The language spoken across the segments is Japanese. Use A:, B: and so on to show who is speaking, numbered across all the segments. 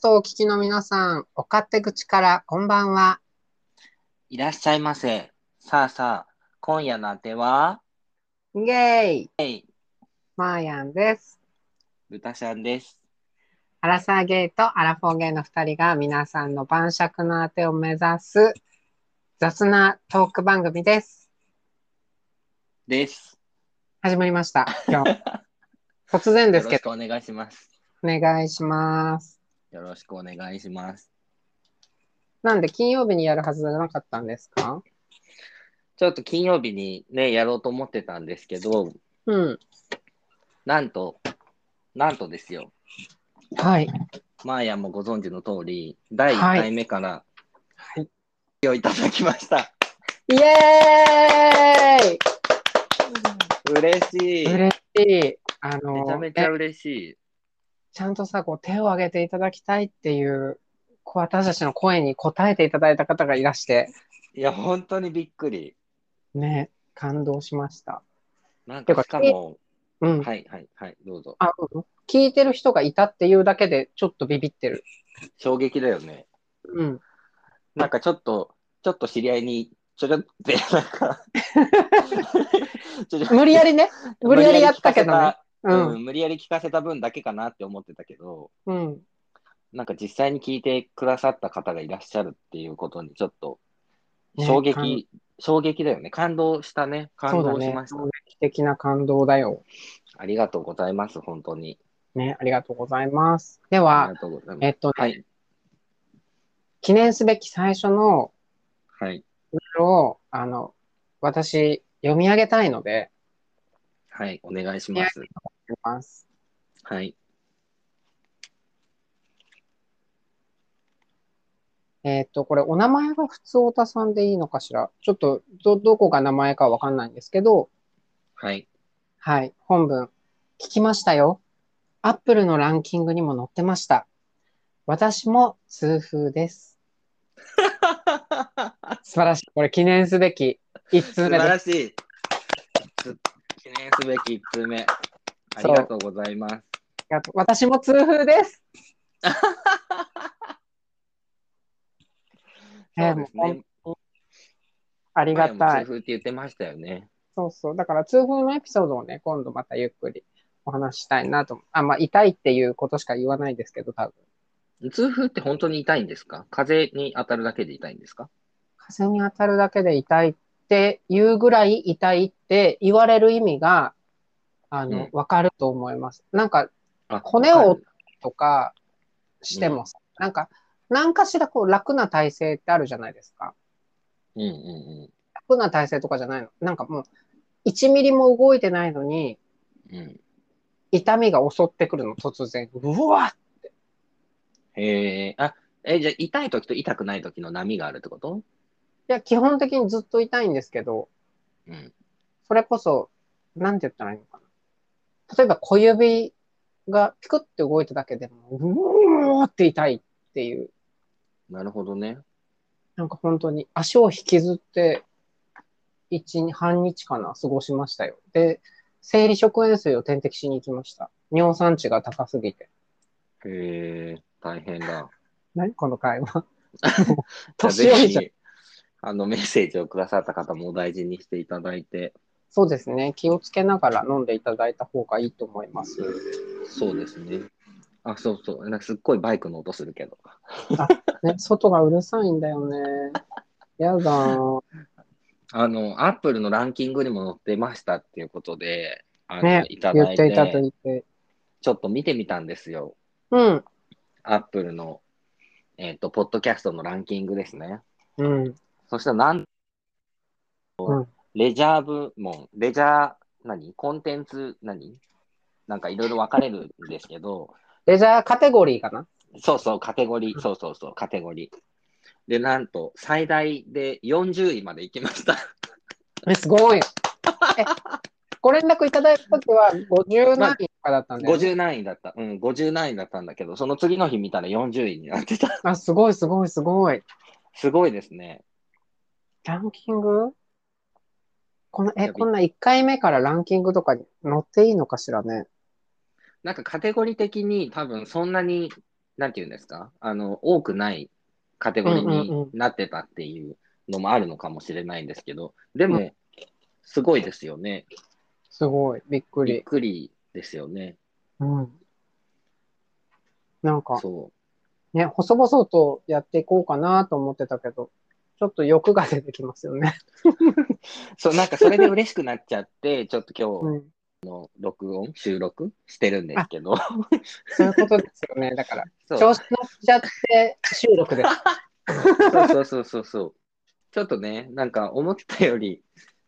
A: トをお聞きの皆さん、お勝手口からこんばんは。
B: いらっしゃいませ。さあさあ、今夜なんては、
A: イェーイ
B: えい、
A: マーヤンです。
B: 豚ちゃんです。
A: アラサーゲイとアラフォーゲイの2人が皆さんの晩酌のあてを目指す雑なトーク番組です。
B: です。
A: 始まりました、今 日。突然ですけど、
B: よろしくお願いします。
A: お願いします。
B: よろしくお願いします。
A: なんで金曜日にやるはずじゃなかったんですか
B: ちょっと金曜日にね、やろうと思ってたんですけど、
A: うん。
B: なんと、なんとですよ、
A: はい。
B: マーヤもご存知の通り、第1回目から、
A: はい。
B: を、い、ただきました。
A: イエーイ
B: 嬉しい。め
A: 嬉しい。あの、
B: ちゃめちゃ
A: え
B: 嬉しい。
A: ちゃんとさ、こう手を挙げていただきたいっていう、こう私たちの声に応えていただいた方がいらして、
B: いや、本当にびっくり。
A: ね、感動しました。
B: なんか、しかも、
A: うん。
B: はいはいはい、どうぞ。
A: あ、うん聞いてる人がいたっていうだけで、ちょっとビビってる。
B: 衝撃だよね。
A: うん。
B: なんかちょっと、ちょっと知り合いに、ちょちょって、なん かちょちょ
A: 無理やり ね、無理やりやったけどね。
B: 無理やり聞かせた
A: う。
B: うんん無理やり聞かせた分だけかなって思ってたけど、
A: うん。
B: なんか実際に聞いてくださった方がいらっしゃるっていうことに、ちょっと
A: ね
B: 衝
A: 感
B: 撃、衝撃だよね。感動したね。
A: そう
B: 感
A: だ
B: 動
A: ね。
B: しました。
A: 衝撃的な感動だよ。
B: ありがとうございます、本当に。
A: ね、ありがとうございます。で
B: あ
A: は
B: り、がとうございます。
A: えっとね、
B: はい、
A: 記念すべき最初の
B: はい、
A: メールを、あの、私、読み上げたいので、
B: はい、お願いします。
A: 読みます。
B: はい、
A: えっ、と、これ、お名前が普通おたさんでいいのかしらちょっと、ど、どこが名前かわかんないんですけど、
B: はい。
A: はい、本文。聞きましたよ。アップルのランキングにも載ってました。私も痛風です。素晴らしい。これ、記念すべき1通
B: 素
A: 目
B: 晴
A: で
B: ら
A: す。
B: しい。つ記念すべき1通目。ありがとうございます。
A: ありがとう私も痛風 です。
B: そ
A: え
B: う
A: ー
B: です
A: もう
B: ね。
A: あ
B: あ
A: りがたい
B: 痛。風って言ってましたよね。
A: そうそう。だから痛風のエピソードをね、今度またゆっくりお話ししたいなと思う。あ、まあ、痛いっていうことしか言わないですけど、多分。
B: 痛風って本当に痛いんですか風邪に当たるだけで痛いんですか
A: 風に当たるだけで痛いっていうぐらい痛いって言われる意味が、あ
B: う
A: の
B: ん、
A: わかると思います。なんか、
B: あ
A: 骨を
B: わかる
A: とかしてもさ、なんか、何かしらこう楽な体勢ってあるじゃないですか。
B: うんう
A: 楽な体勢とかじゃないの。なんかもう、1ミリも動いてないのに、
B: んうん。うん、
A: 痛みが襲ってくるの、突然。うわっ
B: へえ。あえ、じゃあ痛い時と痛くない時の波があるってこと
A: いや、基本的にずっと痛いんですけど、
B: うん。
A: それこそ、なんて言ったらいいのかな。例えば小指がピクって動いただけでも、うおーって痛いっていう、
B: なるほどね。
A: なんか本当に足を引きずって、一、半日かな、過ごしましたよ。で、生理食塩水を点滴しに行きました。尿酸値が高すぎて。
B: へえ、大変だ。
A: 何この会 話。
B: じ
A: 年
B: ゃ
A: 寄
B: あぜ
A: りじゃん。
B: ひ、あのメッセージをくださった方もお大事にしていただいて、
A: そうですね。気をつけながら飲んでいただいた方がいいと思います。
B: そうですね。あ、そうそう。なんかすっごいバイクの音するけど。
A: ね、外がうるさいんだよね。やだー。
B: あの、アップルのランキングにも載ってましたっていうことで、あの
A: ね
B: いた
A: 言
B: だ
A: っ
B: い
A: てい
B: て
A: ただいて。
B: ちょっと見てみたんですよ。
A: うん。
B: アップルの、えっ、と、ポッドキャストのランキングですね。
A: うん。
B: そしたらなん、
A: うん
B: レジャー部門、レジャー、何コンテンツ何、なんかいろいろ分かれるんですけど、
A: レジャーカテゴリーかな
B: そうそう、カテゴリー、そうそうそう、カテゴリー。で、なんと、最大で40位まで行きました。
A: え、すごい。え、ご連絡いただいた時は50何位とかだったんで、
B: 50何位だった。うん、50何位だったんだけど、その次の日見たら40位になってた。
A: あ、すごいすごいすごい。
B: すごいですね。
A: ランキングこの、
B: や
A: え、
B: び
A: こんな1回目からランキングとかに載っていいのかしらね。
B: なんかカテゴリー的に多分そんなになんていうんですか、あの、多くないカテゴリー
A: うんうん
B: に
A: う
B: なってたっていうのもあるのかもしれないんですけど、
A: う
B: でも、すごいですよね。
A: すごい、びっく
B: びっ
A: り。
B: くりですよね。
A: うん。なんか、
B: そ
A: ね、細々とやっていこうかなと思ってたけど、ちょっと欲が出てきますよね。
B: う。そう、なんかそれで嬉しくなっちゃって、ちょっと今
A: うん。
B: 日の録音、収録してるんですけ ど、
A: そういうことですよね。だから、
B: そう
A: 調子乗っちゃって収録です。
B: そうそうそうそうそう。ちょっとね、なんか思ったより、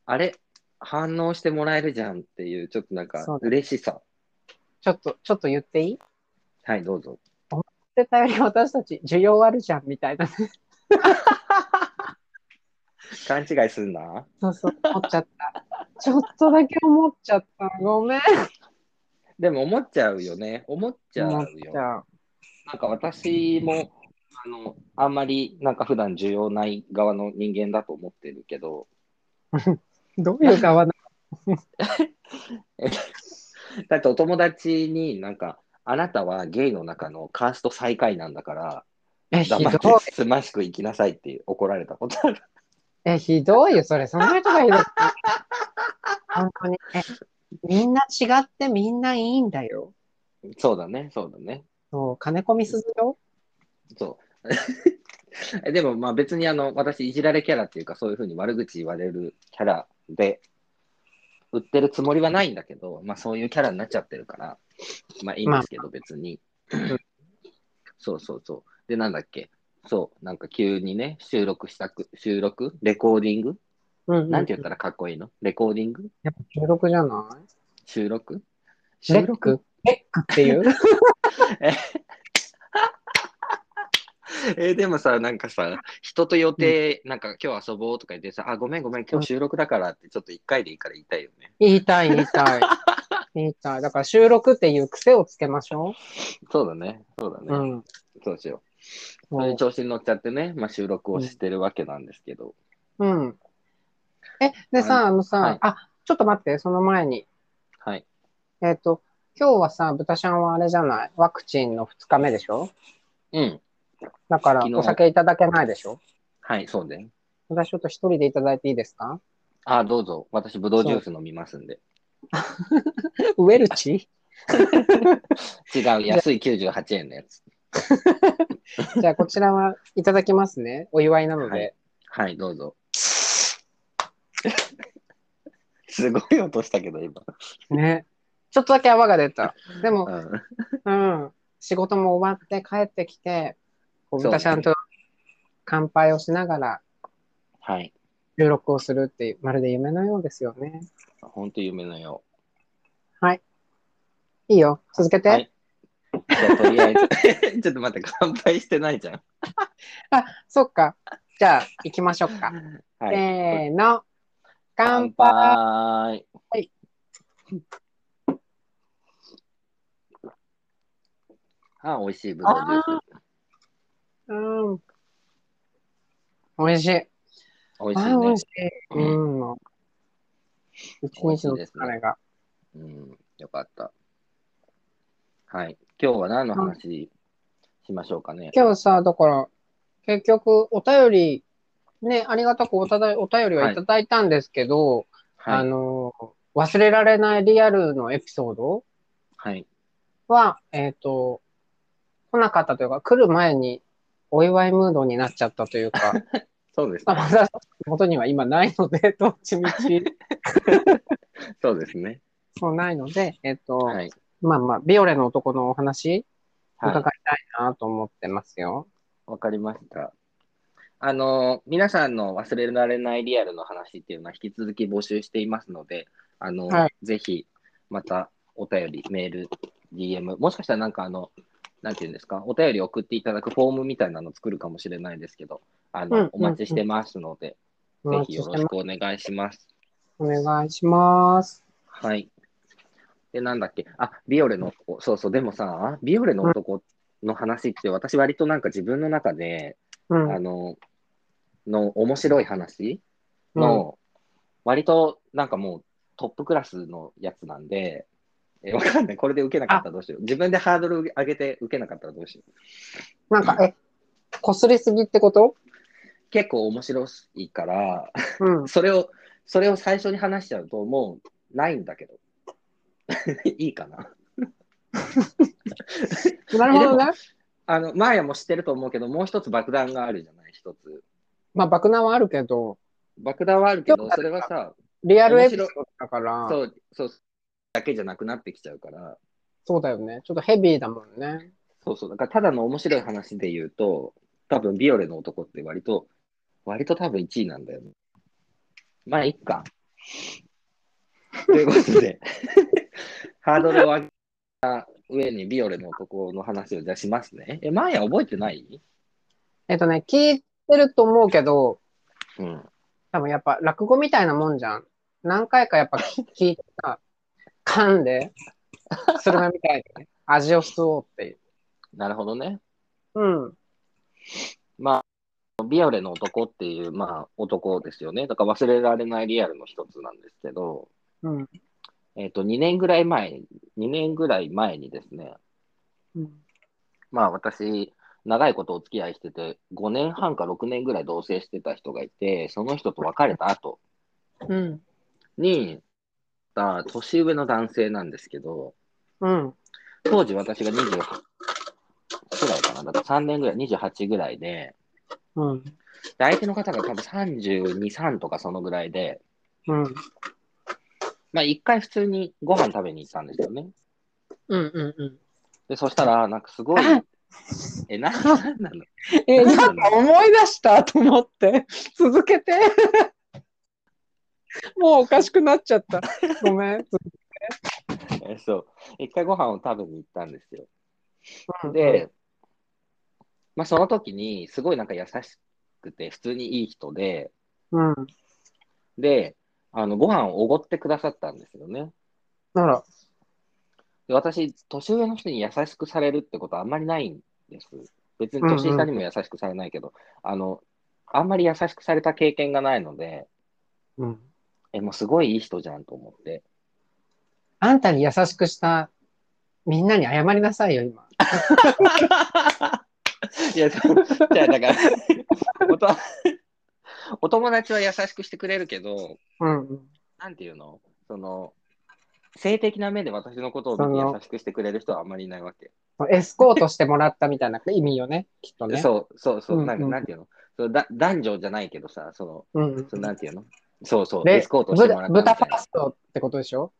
B: あれ、反応してもらえるじゃんっていう、ちょっとなんか
A: そうだ
B: 嬉しさ。
A: ちょっと、ちょっと言っていい
B: はい、どうぞ。
A: 絶対より私たち需要あるじゃんみたいな、ね、
B: 勘違いすんな。
A: そうそう、思っちゃった。ちょっとだけ思っちゃった。ごめん。
B: でも思っちゃうよね。思っちゃう
A: 思っ
B: よ。
A: ちゃう
B: なんか私も、あの、あんまり、なんか普段需要ない側の人間だと思ってるけど、
A: どういう側な
B: だってお友達になんか、あなたはゲイの中のカースト最下位なんだから、
A: のえ、ひ
B: 黙
A: ど
B: っ
A: い
B: て。つましく生きなさいって怒られたことあ る。
A: え、ひどいよ、それ。そんな人がいる。本当に。え、みんな違ってみんないいんだよ。
B: そうだね、そうだね。
A: そう、金子みすずよ。
B: そう。 でもまあ別にあの私いじられキャラっていうかそういうふうに悪口言われるキャラで売ってるつもりはないんだけど、まあそういうキャラになっちゃってるから、まあいいんですけど別に。 そうそうそう。で、なんだっけそう、なんか急にね、収録したく、収録レコーディング、
A: うん、うん。
B: なんて言ったらかっこいいのレコーディング
A: やっぱ収録じゃな
B: 収録
A: いレックレックっていう
B: えーでもさ、なんかさ、人と予定、なんか今日遊ぼうとか言ってさ、あ、ごめんごめん、今日収録だからって、ちょっと一回でいいから言いたいよね。
A: 言いたい、言い たい。言いたい。だから収録っていう癖をつけましょ
B: そうだね、そうだね、
A: う。うん。
B: そうしよう。
A: そ
B: そうれで調子に乗っちゃってね、まあ、収録をしてるわけなんですけど、
A: うん。え、でさ、あのさ、
B: はい
A: あ、ちょっと待って、その前に。
B: はい、
A: えっ、と、今日はさ、豚ちゃんはあれじゃないワクチンの2日目でしょ
B: うん、
A: だから
B: 昨日
A: お酒いただけないでしょ
B: はい、そうね。
A: 私ちょっと一人でいただいていいです か
B: あ、どうぞ、私、ぶどうジュース飲みますんで、
A: ウェルチ
B: 違う、安い98円のやつ。
A: じゃあこちらはいただきますね。お祝いなので。
B: はいはい、どうぞ。 すごい音したけど、今。
A: ね。ちょっとだけ泡が出た。でも、
B: うん
A: うん。仕事も終わって帰ってきて、こう
B: そうね
A: 豚ちゃんと乾杯をしながら
B: はい、
A: 収録をするっていう、まるで夢のようですよね。
B: 本当夢のよ
A: いいよ。続け
B: う。
A: て。
B: はい。じゃあ、とりあえず、 ちょっと待って、乾杯してないじゃん。
A: あ、そっか。じゃあ、行きましょうか。
B: はい。
A: せーの。乾杯。
B: 杯。
A: はい。
B: あ、美味しいぶどうジュース。
A: うん。美味しい。
B: 美味し
A: あ
B: い
A: ー美
B: ね
A: 味し。い。うん。一日の疲れが。
B: うん、よかった。はい。今日は何の話しましょうかね。
A: 今日さ、だから、結局、お便り、ね、ありがたくおただお便りをいただいたんですけど、あ
B: はい。
A: の、忘れられないリアルのエピソード
B: はい。
A: は、えっ、と、来なかったというか、来る前にお祝いムードになっちゃったという か、
B: そうです
A: ま
B: ね。
A: だ私たちの元には今ないので、どっちみち、
B: そうですね。
A: そうないので、えっ、と、
B: はい。
A: まあまあ、ビオレの男のお話、伺
B: はいい
A: たいなと思ってますよ。
B: わかりました。あの、皆さんの忘れられないリアルの話っていうのは引き続き募集していますので、あの、
A: は
B: ぜひ、またお便り、メール、DM、もしかしたらなんかあの、なんていうんですか、お便り送っていただくフォームみたいなの作るかもしれないですけど、あの、
A: うんうん
B: お待ちしてますので、ぜひよろしくお願いします。
A: お願いします。
B: はい。で、なんだっけ、あ、ビオレの男、そうそう、でもさ、ビオレの男の話って、私割となんか自分の中で、
A: うん。
B: あの、の面白い話
A: うん
B: の、割となんかもうトップクラスのやつなんで、え、わかんない。これで受けなかったらどうしよう。自分でハードル上げて受けなかったらどうしよう。
A: なんか、え、擦りすぎってこと
B: 結構面白いから、
A: うん。
B: それを、それを最初に話しちゃうと、もうないんだけど。 いいかな。
A: なるほどね。
B: あの、マーヤも知ってると思うけど、もう一つ爆弾があるじゃない、一つ。
A: まあ、爆弾はあるけど、
B: 爆弾はあるけど、それはさ、
A: リアルエピソードだから、そう
B: そう、そう、だけじゃなくなってきちゃうから、
A: だよね。ちょっとヘビーだもんね。
B: そうそう、だからただの面白い話で言うと、多分ビオレの男って割と、割と多分1位なんだよね。まあ、いっか。ということで、ハードルを上げた上にビオレの男の話をじゃあしますね。え、マーヤ覚えてない
A: えっとね、聞いてると思うけど、
B: うん。
A: 多分やっぱ落語みたいなもんじゃん。何回かやっ ぱ聞聞いてさ、噛んで、スルメみたいにね、味を吸おうっていう。
B: なるほどね。
A: うん。
B: ビオレの男っていう、まあ、男ですよね。だから忘れられないリアルの一つなんですけど、
A: うん。
B: えっ、と、2年ぐらい前、2年ぐらい前にですね、
A: うん。
B: まあ私、長いことお付き合いしてて、5年半か6年ぐらい同棲してた人がいて、その人と別れた後
A: うん。
B: に、あ年上の男性なんですけど、
A: うん。
B: 当時私が28ぐらいかな、だから3年ぐらい、28ぐらいで、
A: うん。
B: で相手の方が多分32、3とかそのぐらいで、
A: うん。
B: まあ一回普通にご飯食べに行ったんですよね。
A: うん。うん。
B: で、そしたら、なんかすごい、え、な、なんなの
A: え、なんか思い出したと思って、続 けて。もうおかしくなっちゃった。ごめん。
B: え そう。一回ご飯を食べに行ったんですよ。
A: うん
B: で、まあ、その時に、すごいなんか優しくて、普通にいい人で、
A: うん。
B: で、あのご飯をおごってくださったんですよね。
A: なら、
B: で私、年上の人に優しくされるってことはあんまりないんです。別に年下にも優しくされないけど、あの、あんまり優しくされた経験がないので、
A: うん。
B: え、もうすごいいい人じゃんと思って。
A: あんたに優しくした、みんなに謝りなさいよ、今。
B: いや、そうじゃあだから、おとお友達は優しくしてくれるけど、
A: うん。うん
B: なんていうのその、性的な目で私のことを見
A: その
B: て優しくしてくれる人はあんまりいないわけ。
A: エスコートしてもらったみたいな意味よね、きっとね。
B: そうそうそう、
A: うん
B: なん
A: う
B: か
A: ん
B: なんていうのそのだ男女じゃないけどさ、その、
A: うんうん
B: そのなんていうのそうそう、エ
A: で
B: スコートしてもら
A: 豚
B: っ
A: 豚ファ
B: たみたい
A: ー
B: な。
A: ストってことでしょ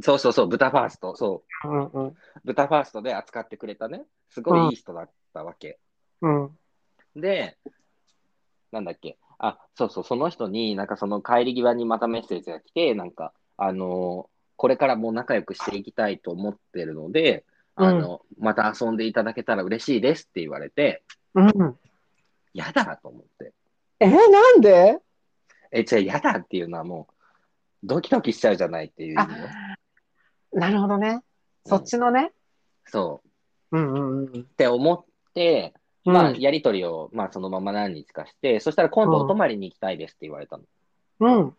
B: そうそうそう、豚ファースト。そ
A: うんうん
B: う、豚ファーストで扱ってくれたね。すごいいい人だったわけ。
A: うん
B: で、なんだっけ、あ、そうそう、その人に、なんかその帰り際にまたメッセージが来て、なんか、あのーこれからも仲良くしていきたいと思ってるので、あの、また遊んでいただけたら嬉しいですって言われて、
A: うん。
B: やだと思って。
A: えー、なんで
B: え、じゃあやだっていうのはもう、ドキドキしちゃうじゃないっていう意味よ。
A: なるほどね。そっちのね。
B: そう。
A: うんうんうん。
B: って思って、ま
A: ま
B: あ、やりとりを、まあ、そのまま何日かして、そしたら今度
A: うん
B: お泊まりに行きたいですって言われたの。
A: うん。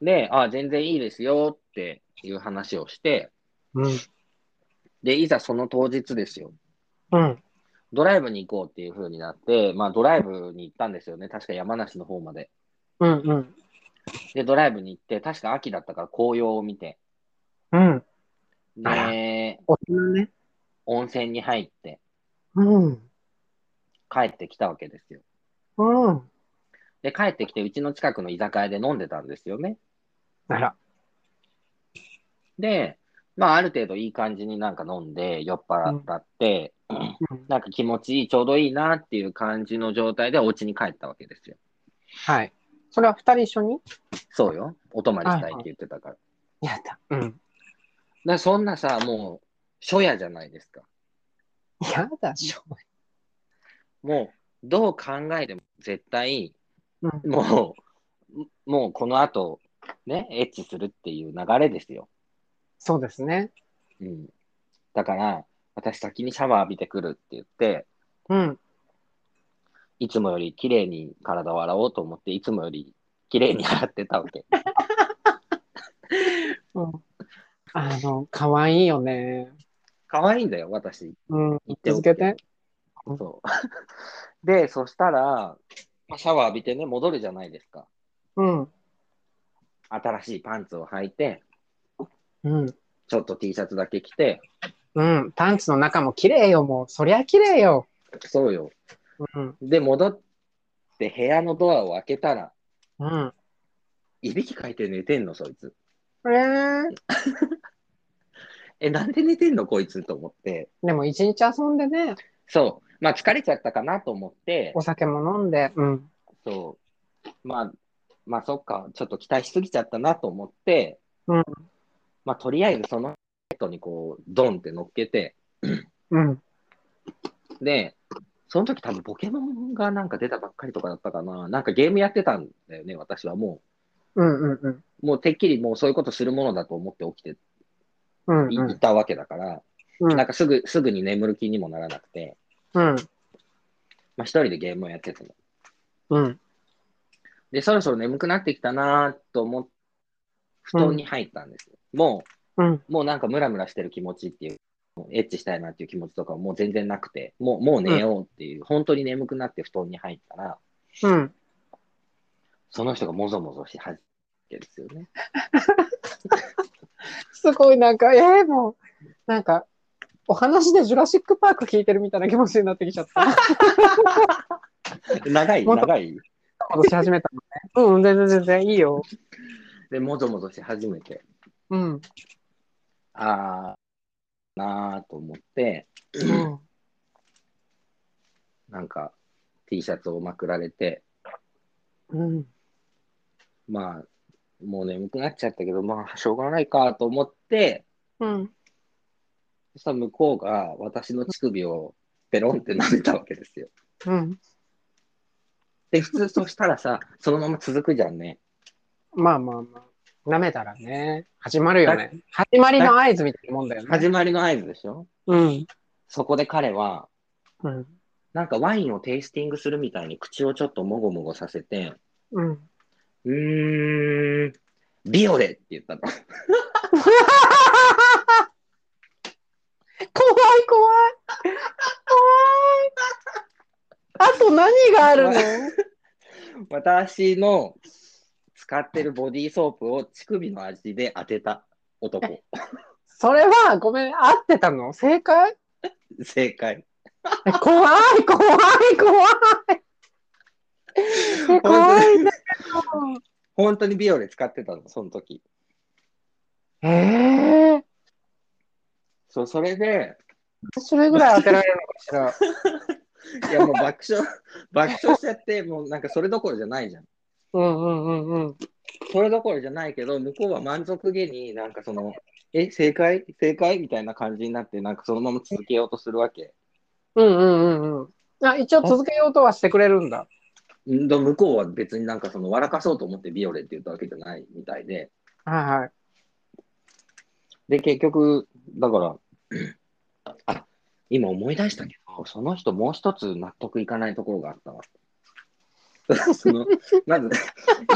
B: で、あ、全然いいですよっていう話をして、
A: うん。
B: で、いざその当日ですよ。
A: うん。
B: ドライブに行こうっていう風になって、まあドライブに行ったんですよね。確か山梨の方まで。
A: うんうん。
B: で、ドライブに行って、確か秋だったから紅葉を見て、
A: うん。あ
B: で、
A: 大人ね。
B: 温泉に入って
A: うん。
B: 帰ってきたわけですよ。
A: うん。
B: で、帰ってきて、うちの近くの居酒屋で飲んでたんですよね。
A: なら。
B: で、まあある程度いい感じになんか飲んで、酔っ払ったって、
A: うん
B: なんか気持ちいい、ちょうどいいなっていう感じの状態でお家に帰ったわけですよ。
A: はい。それは二人一緒に
B: そうよ。お泊まりしたいって言ってたから。
A: やった。うん。
B: だからそんなさ、もう、初夜じゃないですか。
A: やだ、しょ
B: もう、どう考えても絶対、
A: うがない。
B: もう、もうこの後、ね、エッチするっていう流れですよ。
A: そうですね。
B: うん。だから、私先にシャワー浴びてくるって言って、
A: うん。
B: いつもより綺麗に体を洗おうと思って、いつもより綺麗に洗ってたわけ。
A: うん。あの、可愛いよね。
B: 可愛いんだよ、私。
A: うん
B: 言っ、てお
A: 続け
B: く
A: て。
B: そう。で、そしたら、まあシャワー浴びてね、戻るじゃないですか。
A: うん、
B: 新しいパンツを履いて、
A: うん、
B: ちょっと T シャツだけ着て、
A: うん。パンツの中も綺麗よ、もう。そりゃ綺麗よ。
B: そうよ。
A: うん、
B: で、戻って部屋のドアを開けたら、
A: うん。
B: いびきかいて寝てんの、そいつ。
A: えー、
B: え、なんで寝てんの、こいつと思って。
A: でも一日遊んでね、
B: そう。まあ、疲れちゃったかなと思って
A: お、酒も飲んで、うん、
B: そう。まあ、まあ、そっか、ちょっと期待しすぎちゃったなと思って、
A: うん
B: まあ、とりあえずそのベッドにこう、ドンって乗っけて、
A: うん、
B: で、その時多分ポケモンがなんか出たばっかりとかだったかな。なんかゲームやってたんだよね、私はも
A: うん、うん、うん、
B: う。もうてっきりもうそういうことするものだと思って起きてい,、
A: うん、うん、
B: たわけだから、
A: うん
B: なんかすぐ、すぐに眠る気にもならなくて、
A: うん、
B: まあ一人でゲームをやってたの。
A: うん、
B: で、そろそろ眠くなってきたなと思って、布団に入ったんですよ。も
A: うん、
B: う、もうなんかムラムラしてる気持ちっていう、もうエッチしたいなっていう気持ちとかももう全然なくて、もう、もう寝ようっていう、本当に眠くなって布団に入ったら、
A: うん。
B: その人がもぞもぞし始めてですよ ね。
A: すごいなんか、えー、もう、なんか、お話でジュラシック・パーク聞いてるみたいな気持ちになってきちゃった。
B: 長い、
A: もっと
B: 長い。
A: ことし始めたのね。うん、全然全然いいよ。
B: で、もぞもぞし始めて、
A: うん。
B: あー、なーと思って、
A: うん。
B: なんか T シャツをまくられて、
A: うん。
B: まあ、もう眠くなっちゃったけど、まあ、しょうがないかと思って、
A: うん。
B: そしたら向こうが私の乳首をペロンって舐めたわけですよ。
A: うん。
B: で、普通そしたらさ、そのまま続くじゃんね。
A: まあまあまあ。舐めたらね、始まるよね。始まりの合図みたいなもんだよね。
B: 始まりの合図でしょ
A: うん。
B: そこで彼は、
A: うん。
B: なんかワインをテイスティングするみたいに口をちょっともごもごさせて、
A: うん。
B: うーん、ビオレって言ったの。
A: 怖い怖い。怖い。あと何があるの
B: 私の使ってるボディーソープを乳首の味で当てた男。
A: それは、ごめん、合ってたの正解
B: 正解。
A: え怖い怖い怖い。え怖いんだけど。
B: 本当にビオレ使ってたの、その時。
A: ええ
B: そう、それで、
A: ー、それぐらい当てられるのかしら。
B: いやもう 爆笑、爆笑しちゃって、もうなんかそれどころじゃないじゃん。
A: うんうんうんうん。
B: それどころじゃないけど、向こうは満足げになんかその、え、正解正解みたいな感じになって、なんかそのまま続けようとするわけ。
A: うんうんうんうん。あ、一応続けようとはしてくれるんだ。
B: んで向こうは別になんかその笑かそうと思ってビオレって言ったわけじゃないみたいで。
A: はいはい。
B: で、結局、だから、あ、今思い出したけど、その人もう一つ納得いかないところがあったわ。 そのまず、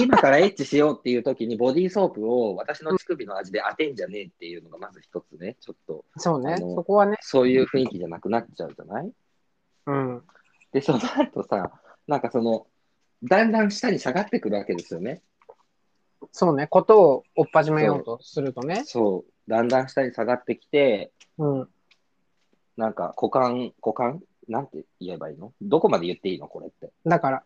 B: 今からエッチしようっていう時にボディーソープを私の乳首の味で当てんじゃねえっていうのがまず一つね、ちょっと
A: そうね。
B: あの
A: そこはね。
B: そういう雰囲気じゃなくなっちゃうじゃない
A: うん。
B: で、その後さ、なんかその、だんだん下に下がってくるわけですよね。
A: そうね。ことを追っ始めようとするとね。
B: そう、だんだん下に下がってきて、
A: うん。
B: なんか股間、股間なんて言えばいいのどこまで言っていいのこれって。
A: だから、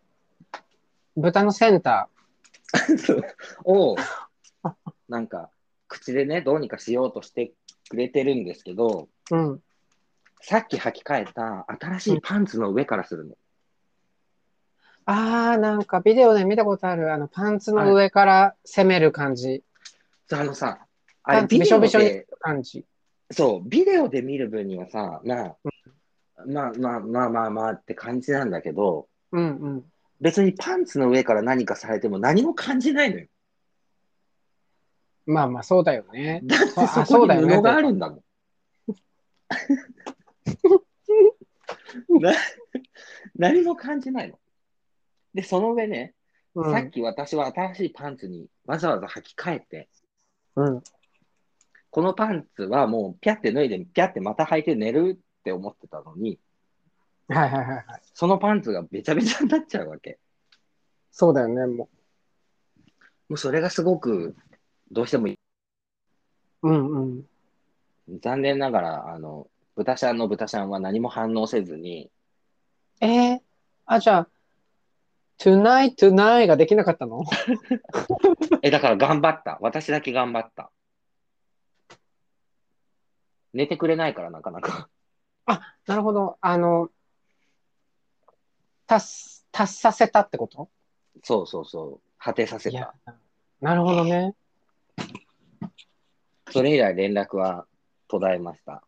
A: 豚のセンタ
B: そう を、なんか、口でね、どうにかしようとしてくれてるんですけど、
A: ー。うん。
B: さっき履き替えた新しいパンツの上からするの。
A: あー、なんかビデオで見たことある。あの、パンツの上から攻める感じ。
B: そうあのさ、あ
A: パ
B: れ
A: ンツ
B: ビ
A: び
B: デ
A: しょ
B: オ
A: びしょにす
B: で
A: る、感じ。
B: そう、ビデオで見る分にはさ、まあ、まあまあまあまあまあって感じなんだけど、
A: うんうん。
B: 別にパンツの上から何かされても何も感じないのよ。
A: まあまあ、そうだよね。
B: だって
A: あ
B: そ
A: そ
B: こ
A: うだ
B: に
A: よね
B: 布があるんだ もん。な何も感じないの。で、その上ね、
A: うん
B: さっき私は新しいパンツにわざわざ履き替えて、
A: うん。
B: このパンツはもうピャって脱いで、ピャってまた履いて寝るって思ってたのに、
A: はいはいはいはい。
B: そのパンツがべちゃべちゃになっちゃうわけ。
A: そうだよね、も
B: もうそれがすごく、どうしても
A: う。うんうん。
B: 残念ながら、あの、豚ちゃんの豚ちゃんは何も反応せずに、
A: えー、あ、じゃあ、tonight, tonight ができなかったの
B: え、だから頑張った。私だけ頑張った。寝てくれないから、なかなか。
A: なるほど。あの、達す、達させたってこと
B: そうそうそう。果てさせ
A: い
B: た
A: や。、なるほどね。
B: それ以来連絡は途絶えました。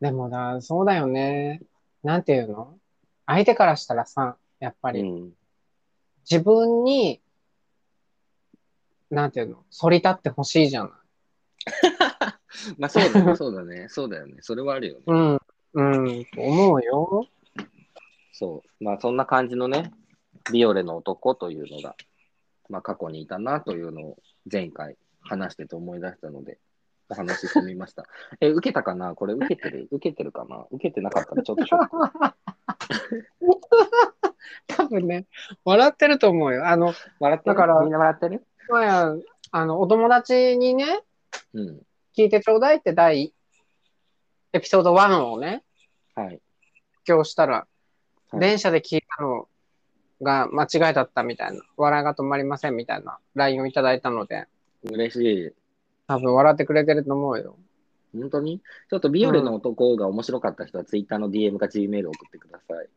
A: でもな、そうだよね。なんていうの相手からしたらさ、やっぱり
B: うん。
A: 自分に、なんていうの反り立ってほしいじゃない。
B: まあそうだね、 そうだね、そうだよね。それはあるよね。
A: うん、うん、と思うよ。
B: そう。まあそんな感じのね、ビオレの男というのが、まあ過去にいたなというのを前回話してて思い出したので、お話ししてみました。 え、受けたかなこれ受けてる受けてるかな受けてなかったらちょっとショック。
A: 多分ね、笑ってると思うよ。あの、
B: 笑ってる
A: だから
B: みんな笑ってる
A: まや、あの、お友達にね、
B: うん。
A: 聞いてちょうだいって第、エピソード1をね、
B: はい。
A: 今日したら、
B: はい
A: 電車で聞いたのが間違いだったみたいな、笑いが止まりませんみたいな LINE をいただいたので、
B: 嬉しい。
A: 多分笑ってくれてると思うよ。
B: 本当にちょっとビオレの男が面白かった人は Twitter の DM か G メール送ってください。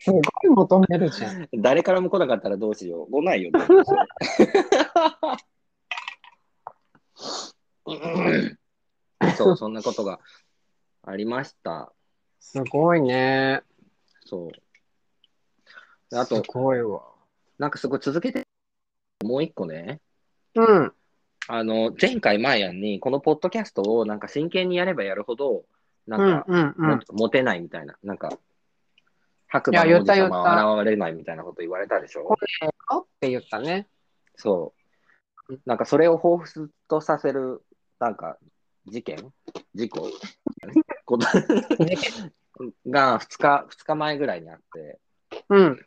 A: すごい求めるじゃん。
B: 誰からも来なかったらどうしよう。来ないよ。 そう、そんなことがありました。
A: すごいね。
B: そう。あと
A: す、ごいわ。
B: なんかすごい続けて、もう一個ね、
A: うん。
B: あの、前回、マーヤンに、このポッドキャストをなんか真剣にやればやるほど、な
A: うんん
B: か、
A: うんう
B: も
A: ん。
B: モテないみたいな、なんか、白
A: いや
B: 馬の王
A: 言っ
B: 子
A: た
B: 様
A: 言った
B: は現れないみたいなこと言われたでしょ。
A: あって言ったね。
B: そう。なんかそれを彷彿とさせる、なんか、事件事故こと が2日、二日前ぐらいにあって、
A: うん。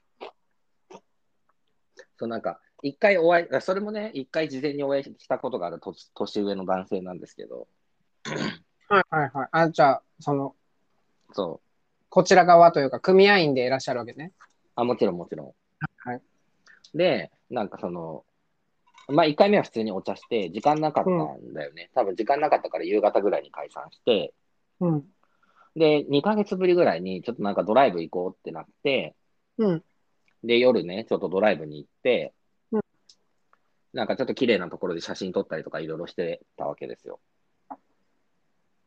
B: そうなんか、一回お会い、それもね、一回事前にお会いしたことがあると年上の男性なんですけど、
A: はいはいはい。あ、じゃあ、その、
B: そ
A: こちら側というか、組合員でいらっしゃるわけね。
B: う。あ、もちろんもちろん。
A: はい。
B: で、なんかその、まあ一回目は普通にお茶して、時間なかったんだよね。多分時間なかったから夕方ぐらいに解散して、
A: うん。
B: で、2ヶ月ぶりぐらいに、ちょっとなんかドライブ行こうってなって、
A: うん。
B: で、夜ね、ちょっとドライブに行って、
A: うん
B: なんかちょっと綺麗なところで写真撮ったりとかいろいろしてたわけですよ。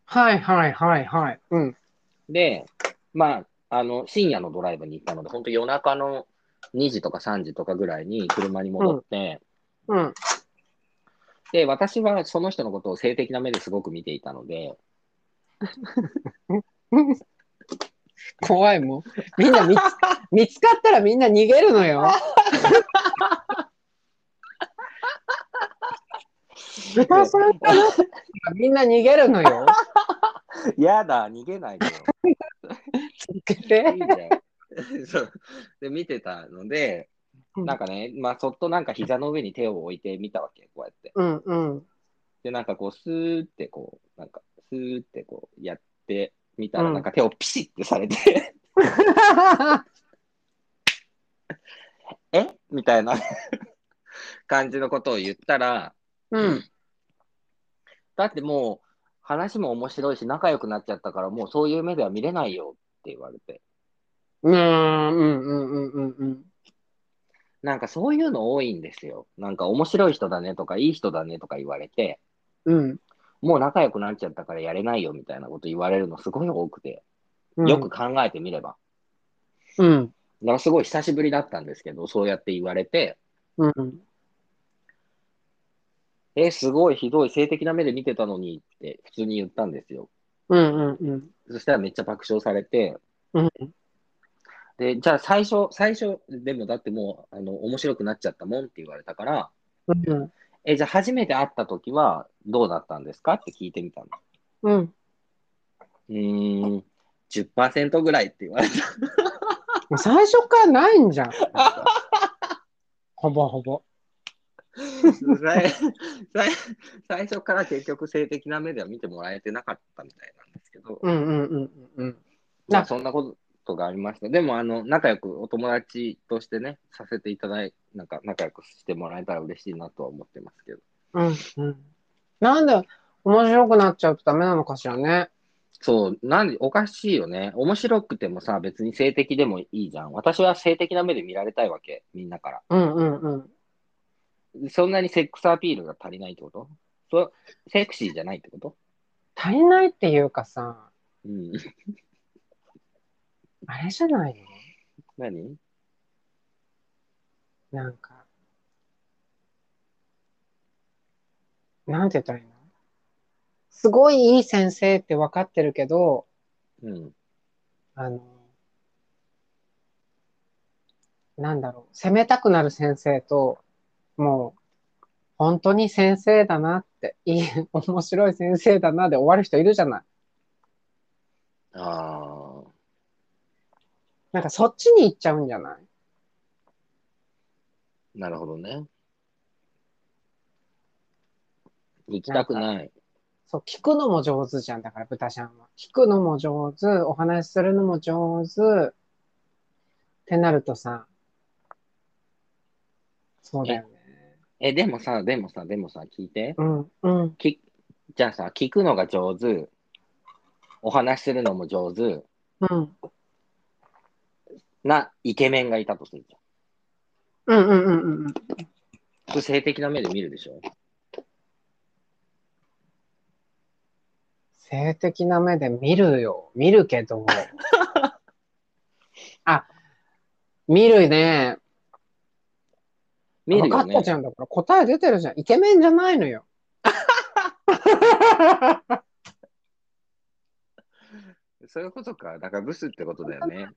A: はいはいはいはい。うん。
B: で、まあ、あの、深夜のドライブに行ったので、本当夜中の2時とか3時とかぐらいに車に戻って、
A: うん。
B: で、私はその人のことを性的な目ですごく見ていたので、
A: 怖いもん。みんな見つ見つかったらみんな逃げるのよ。豚さんかなみんな逃げるのよ。
B: やだ、逃げないでよ。
A: 続け
B: い
A: て
B: い。んだよ そうで見てたので、
A: うん
B: なんかね、まあ、そっとなんか膝の上に手を置いてみたわけ、こうやって。
A: うんうん。
B: で、なんかこう、スーってこう、なんか、スーってこう、やってみたら、
A: うん
B: なんか手をピシッてされて、え みたいな感じのことを言ったら、
A: うん。
B: だってもう、話も面白いし、仲良くなっちゃったから、もうそういう目では見れないよって言われて。
A: うんうんうんうんうんうん。
B: なんかそういうの多いんですよ。なんか面白い人だねとか、いい人だねとか言われて、
A: うん
B: もう仲良くなっちゃったからやれないよみたいなこと言われるのすごい多くて、
A: うん。
B: よく。考えてみれば。
A: うん。
B: だからすごい久しぶりだったんですけど、そうやって言われて、
A: うん。
B: え、すごいひどい性的な目で見てたのにって普通に言ったんですよ。
A: うんうんうん。
B: そしたらめっちゃ爆笑されて、
A: うん
B: で、じゃあ最初、最初、でもだってもう、あの、面白くなっちゃったもんって言われたから、
A: うん。
B: え、じゃあ初めて会った時はどうだったんですかって聞いてみたの。
A: うん。
B: うーん、10%ぐらいって言われた。
A: もう最初からないんじゃん。ほぼほぼ。
B: 最最最初から結局性的な目では見てもらえてなかったみたいなんですけど、
A: うんうんうんうんうん。
B: まあ、そんなことがありました。でも、あの、仲良くお友達としてね、させていただい、なんか仲良くしてもらえたら嬉しいなとは思ってますけど。
A: うんうん。なんで面白くなっちゃうとダメなのかしらね。
B: そう、なんで、おかしいよね。面白くてもさ、別に性的でもいいじゃん。私は性的な目で見られたいわけ、みんなから。
A: うんうんうん。
B: そんなにセックスアピールが足りないってことそうセクシーじゃないってこと
A: 足りないっていうかさ、
B: うん。
A: あれじゃない
B: 何
A: のなんか。なんて言ったらいいのすごいいい先生って分かってるけど、
B: うん。
A: あの、なんだろう、責めたくなる先生と、もう、本当に先生だなって、いい、面白い先生だなで終わる人いるじゃない。
B: ああ。
A: なんかそっちに行っちゃうんじゃない
B: なるほどね。行きたくない。
A: そう、聞くのも上手じゃん。だから、豚ちゃんは。聞くのも上手、お話しするのも上手。ってなるとさ、そうだよね。
B: え、でもさ、でもさ、でもさ、聞いて。
A: うん、うん、
B: きじゃあさ、聞くのが上手。お話しするのも上手
A: うん。
B: なイケメンがいたとするじ
A: うん、うん、うん、うんうん。
B: ゃん。これ性的な目で見るでしょ
A: 性的な目で見るよ。見るけ ど。あ、見るね。
B: 見る
A: 分か
B: よ
A: った
B: ね
A: じ。ゃん。だから答え出てるじゃん。イケメンじゃないのよ。
B: そういうことか。だからブスってことだよね。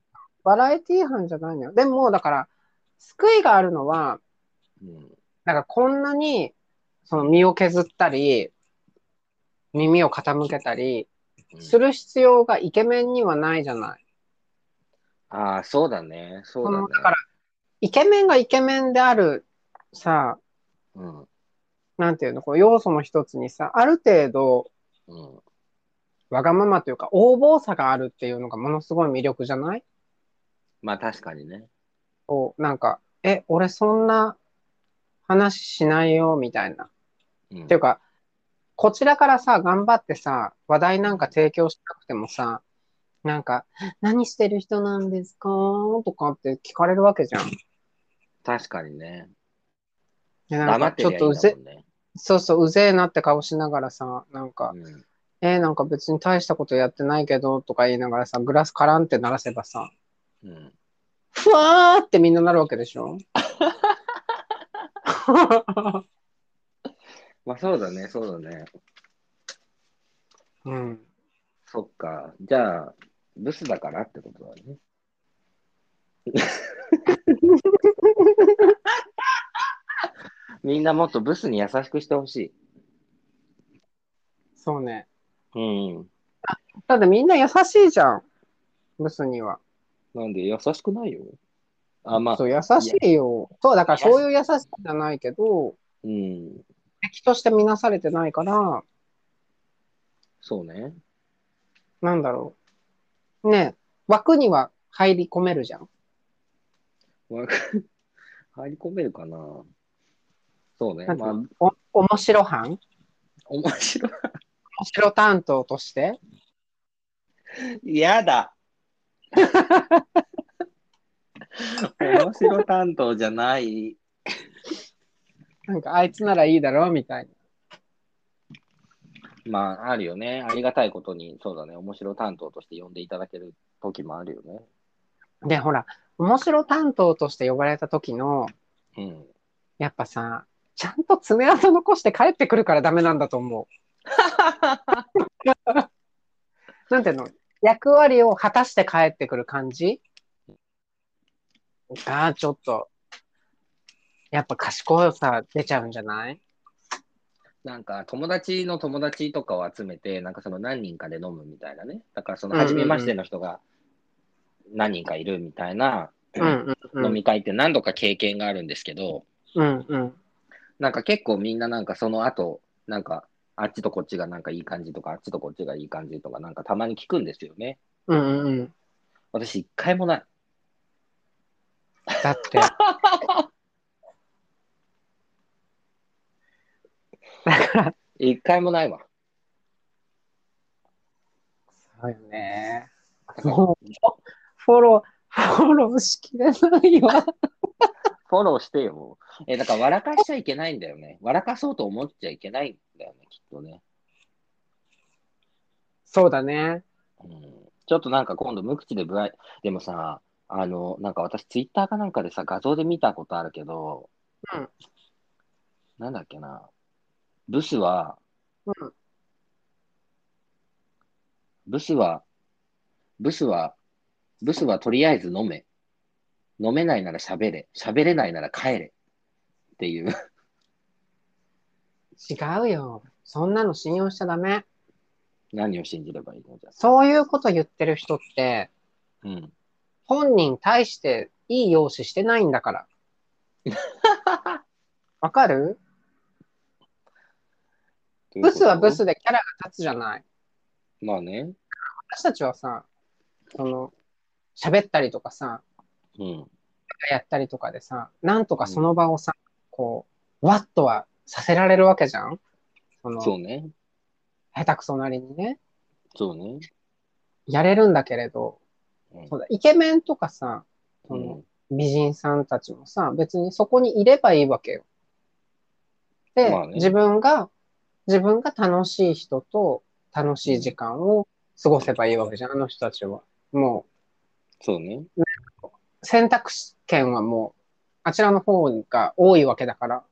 A: バラエティー班じゃないのよ。でも、だから、救いがあるのは、
B: うん。
A: なんかこんなに、その身を削ったり、耳を傾けたり、
B: うん
A: する必要がイケメンにはないじゃない。
B: ああ、そうだね。そう
A: そ
B: だね
A: の。だから、イケメンがイケメンである、さ、
B: うん。
A: なんていうの、こう要素の一つにさ、ある程度、
B: うん。
A: わがままというか、横暴さがあるっていうのがものすごい魅力じゃない
B: まあ確かにね。
A: こう、なんか、え、俺そんな話しないよ、みたいな。
B: うん
A: っていうか、こちらからさ、頑張ってさ、話題なんか提供しなくてもさ、なんか、何してる人なんですかとかって聞かれるわけじゃん。
B: 確かにね。
A: でなん
B: 黙
A: か
B: って
A: ちょ
B: り
A: っ
B: ゃい
A: と
B: い
A: うん
B: だ
A: ぜ
B: も、んね。
A: そうそう、うぜえなって顔しながらさ、なんか、
B: うん
A: えーなんか別に大したことやってないけど、とか言いながらさ、グラスカランって鳴らせばさ、
B: うん
A: ふわーってみんななるわけでし ょ
B: まあそうだね、そうだね。
A: うん。
B: そっか。じゃあ、ブスだからってことだね。みんなもっとブスに優しくしてほし
A: そうね。
B: い。うん。
A: だってみんな優しいじゃん。ブスには。
B: なんで優しくないよ。あ、まあ、
A: そう、優しいよ。そう、だからそういう優しさじゃないけど、
B: うん。
A: 敵として見なされてないから、
B: そうね。
A: なんだろう。ねえ枠には入り込めるじゃん。
B: わか入り込めるかな。そうね。
A: なんてい
B: ま
A: う
B: あ
A: の、お、面白班面
B: 面白い。
A: 白担当として
B: 嫌だ。面白担当じゃない。
A: なんかあいつならいいだろうみたいな。
B: まあ、あるよね。ありがたいことに、そうだね。面白担当として呼んでいただける時もあるよね。
A: で、ほら、面白担当として呼ばれた時の、
B: うん。
A: やっぱさ、ちゃんと爪痕残して帰ってくるからダメなんだと思 う。なんていうの役割を果たして帰ってくる感じが、ちょっと、やっぱ賢さ出ちゃうんじゃない
B: なんか友達の友達とかを集めて、なんかその何人かで飲むみたいなね。だからその
A: うんうんうん
B: 初めましての人が何人かいるみたいな
A: うんうんう
B: 飲
A: ん。
B: み会って何度か経験があるんですけど、
A: うんうん。
B: なんか結構みんななんかその後、なんかあっちとこっちがなんかいい感じとか、あっちとこっちがいい感じとか、なんかたまに聞くんですよね。
A: うんうんうん。
B: 私一回もない。
A: だって。
B: 一回もないわ。
A: そうよ ね。もう、フォロー、フォローしきれないわ。
B: フォローしてよ、もう。 え、だから笑かしちゃいけないんだよね。笑かそうと思っちゃいけないんだよね、きっとね。
A: そうだね。
B: うんちょっとなんか今度無口でぶあい、でもさ、あの、なんか私ツイッターかなんかでさ、画像で見たことあるけど、
A: うん
B: なんだっけな、ブスは、
A: うん
B: ブスは、ブスは、ブスはとりあえず飲め。飲めないなら喋れ。喋れないなら帰れ。っていう。
A: 違うよ。そんなの信用しちゃダメ。
B: 何を信じればいいのじゃあ。
A: そういうこと言ってる人って、
B: うん。
A: 本人対していい容姿してないんだから。わかるブスはブスでキャラが立つじゃない。
B: まあね。
A: 私たちはさ、その、喋ったりとかさ、
B: うん。
A: やったりとかでさ、なんとかその場をさ、こう、わっとはさせられるわけじゃんその、
B: そうね。
A: 下手くそなりにね。
B: そうね。
A: やれるんだけれど、
B: うん
A: そうだイケメンとかさ、その
B: うん
A: 美人さんたちもさ、別にそこにいればいいわけよ。で、
B: まあね
A: 自分が、自分が楽しい人と楽しい時間を過ごせばいいわけじゃん、あの人たちは。も
B: そうね。
A: う、選択肢権はもう、あちらの方が多いわけだから、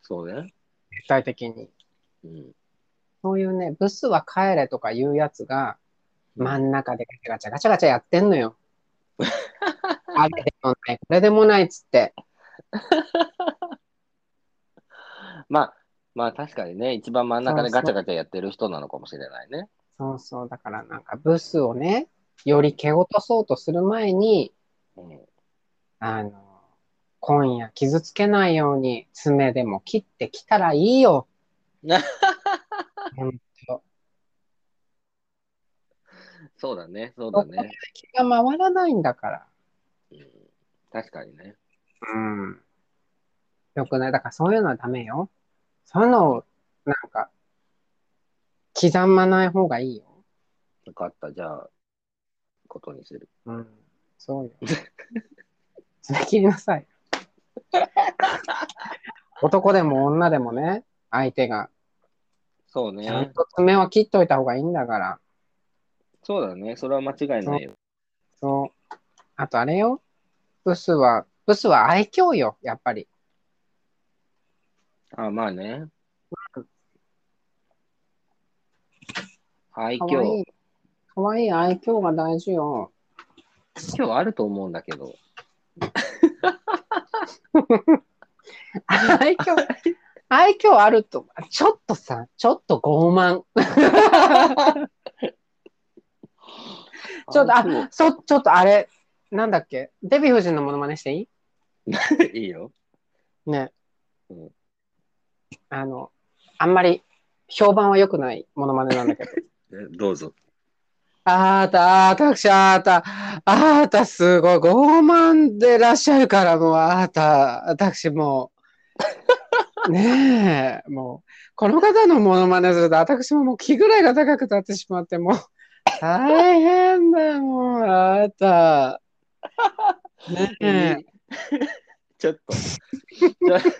B: そうね。
A: 絶対的に。
B: うん。
A: そういうね、ブスは帰れとかいうやつが、真ん中でガチャガチャガチャガチャやってんの よ。あれでもない、これでもないっつって。
B: まあ、まあ確かにね、一番真ん中でガチャガチャやってる人なのかもしれないね。
A: そうそう、だからなんかブスをね、より蹴落とそうとする前に、
B: うん。
A: あの、今夜傷つけないように爪でも切ってきたらいいよ。本当
B: そうだね、そうだね。
A: 気が回らないんだから。
B: うん確かにね。
A: うん。よくない。だからそういうのはダメよ。そういうのを、なんか、刻まない方がいいよ。
B: よかった、じゃあ、ことにする。
A: うん。そうよ。 爪切りなさい。男でも女でもね、相手が。
B: そう
A: ちゃん
B: ね。
A: と爪は切っといた方がいいんだから。
B: そうだね、それは間違いないよ。
A: そう。あとあれよ。ブスは、ブスは愛嬌よ、やっぱり。
B: あまあね。愛
A: かわい
B: 嬌
A: い。。かわいい愛嬌が大事よ。
B: 今日あると思うんだけど。
A: 愛嬌、愛嬌あると、ちょっとさ、ちょっと傲慢。ちょっと、
B: 愛嬌
A: あ、そ、ちょっとあれ、なんだっけ。デヴィ夫人のモノマネしてい
B: いいよ。
A: いね。
B: うん
A: あの、あんまり評判は良くないモノマネなんだけど。
B: えどうぞ。
A: あーた、あーたくしゃあーた、あーたすごい、傲慢でらっしゃるから、もう、あーた、私もう、ねえ、もう、この方のモノマネすると、私ももう気ぐらいが高く立ってしまって、もう、大変だよ、もう、あー た。ねえ、
B: ちょっと。ちょちょっと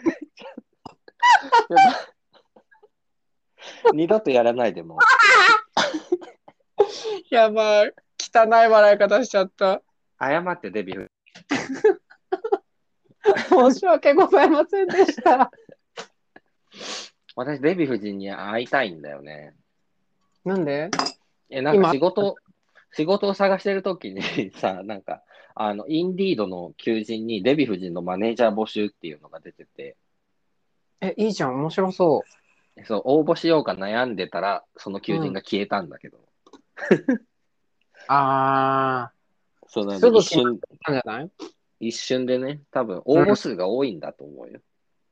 B: 二度とやらないでもう。
A: やばい、汚い笑い方しちゃった。
B: 謝ってデビュー。
A: 申し訳ございませんでした。
B: 私、デビュー夫人に会いたいんだよね。
A: なんで
B: え、なんか
A: 今
B: 仕事、仕事を探してるときにさ、なんか、あの、インディードの求人にデビュー夫人のマネージャー募集っていうのが出てて、
A: え、いいじゃん、面白そう。
B: そう、応募しようか悩んでたら、その求人が消えたんだけど、
A: あ
B: その
A: すぐ
B: 一瞬、
A: あ、なんじゃない
B: 一瞬でね、多分応募数が多いんだと思うよ。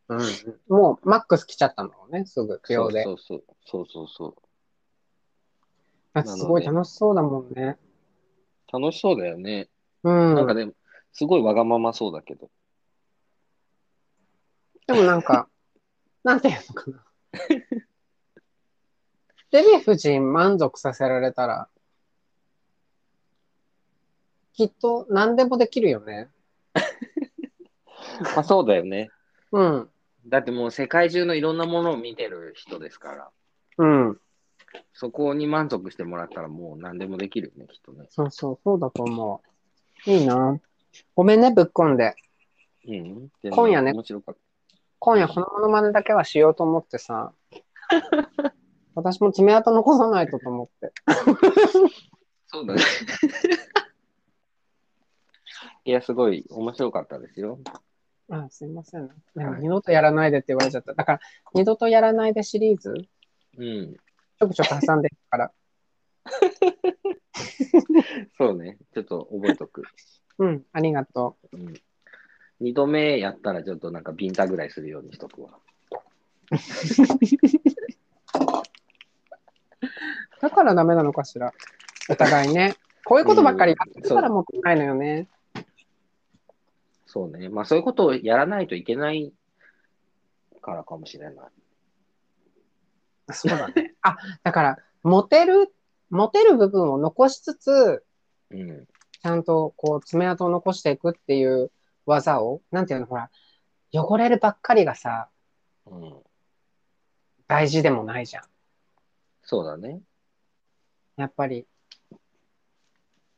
A: うん。もう、マックス来ちゃったんだろうね、すぐ、秒で。
B: そうそうそうそうそう
A: だってすごい楽しそうだもんね。
B: そう。楽しそうだよね。
A: うん。
B: なんかでも、すごいわがままそうだけど。
A: でもなん か、なんていうのかな。デヴィ夫人満足させられたら、きっと何でもできるよね。
B: まあそうだよね。
A: うん。
B: だってもう世界中のいろんなものを見てる人ですから、
A: うん。
B: そこに満足してもらったらもう何でもできるよね、きっとね。
A: そうそう、そうだと思う。いいな。ごめんね、ぶっこんで。
B: うん。
A: 今夜ね
B: 面白かっ
A: 今夜このモノマネだけはしようと思って さ。私も爪痕残さないとと思って。
B: た。そう だね。いや、すごい面白かったですよ。
A: あすいません。でも二度とやらないでって言われちゃった。だから、二度とやらないでシリーズ
B: うん。
A: ちょくちょく挟んでるから。
B: そうね。ちょっと覚えとく。
A: うん、ありがと
B: うん。二度目やったらちょっとなんかビンタぐらいするようにしとくわ。
A: う。だからダメなのかしら。お互いね。こういうことばっかりやってたらもったいないのよね。
B: そうね。まあそういうことをやらないといけないからかもしれない。
A: そうだね。あ、だから、モテる、モテる部分を残しつつ、
B: うん。
A: ちゃんとこう爪痕を残していくっていう技を、なんていうの、ほら、汚れるばっかりがさ、
B: うん、
A: 大事でもないじゃん。
B: そうだね。
A: やっぱり、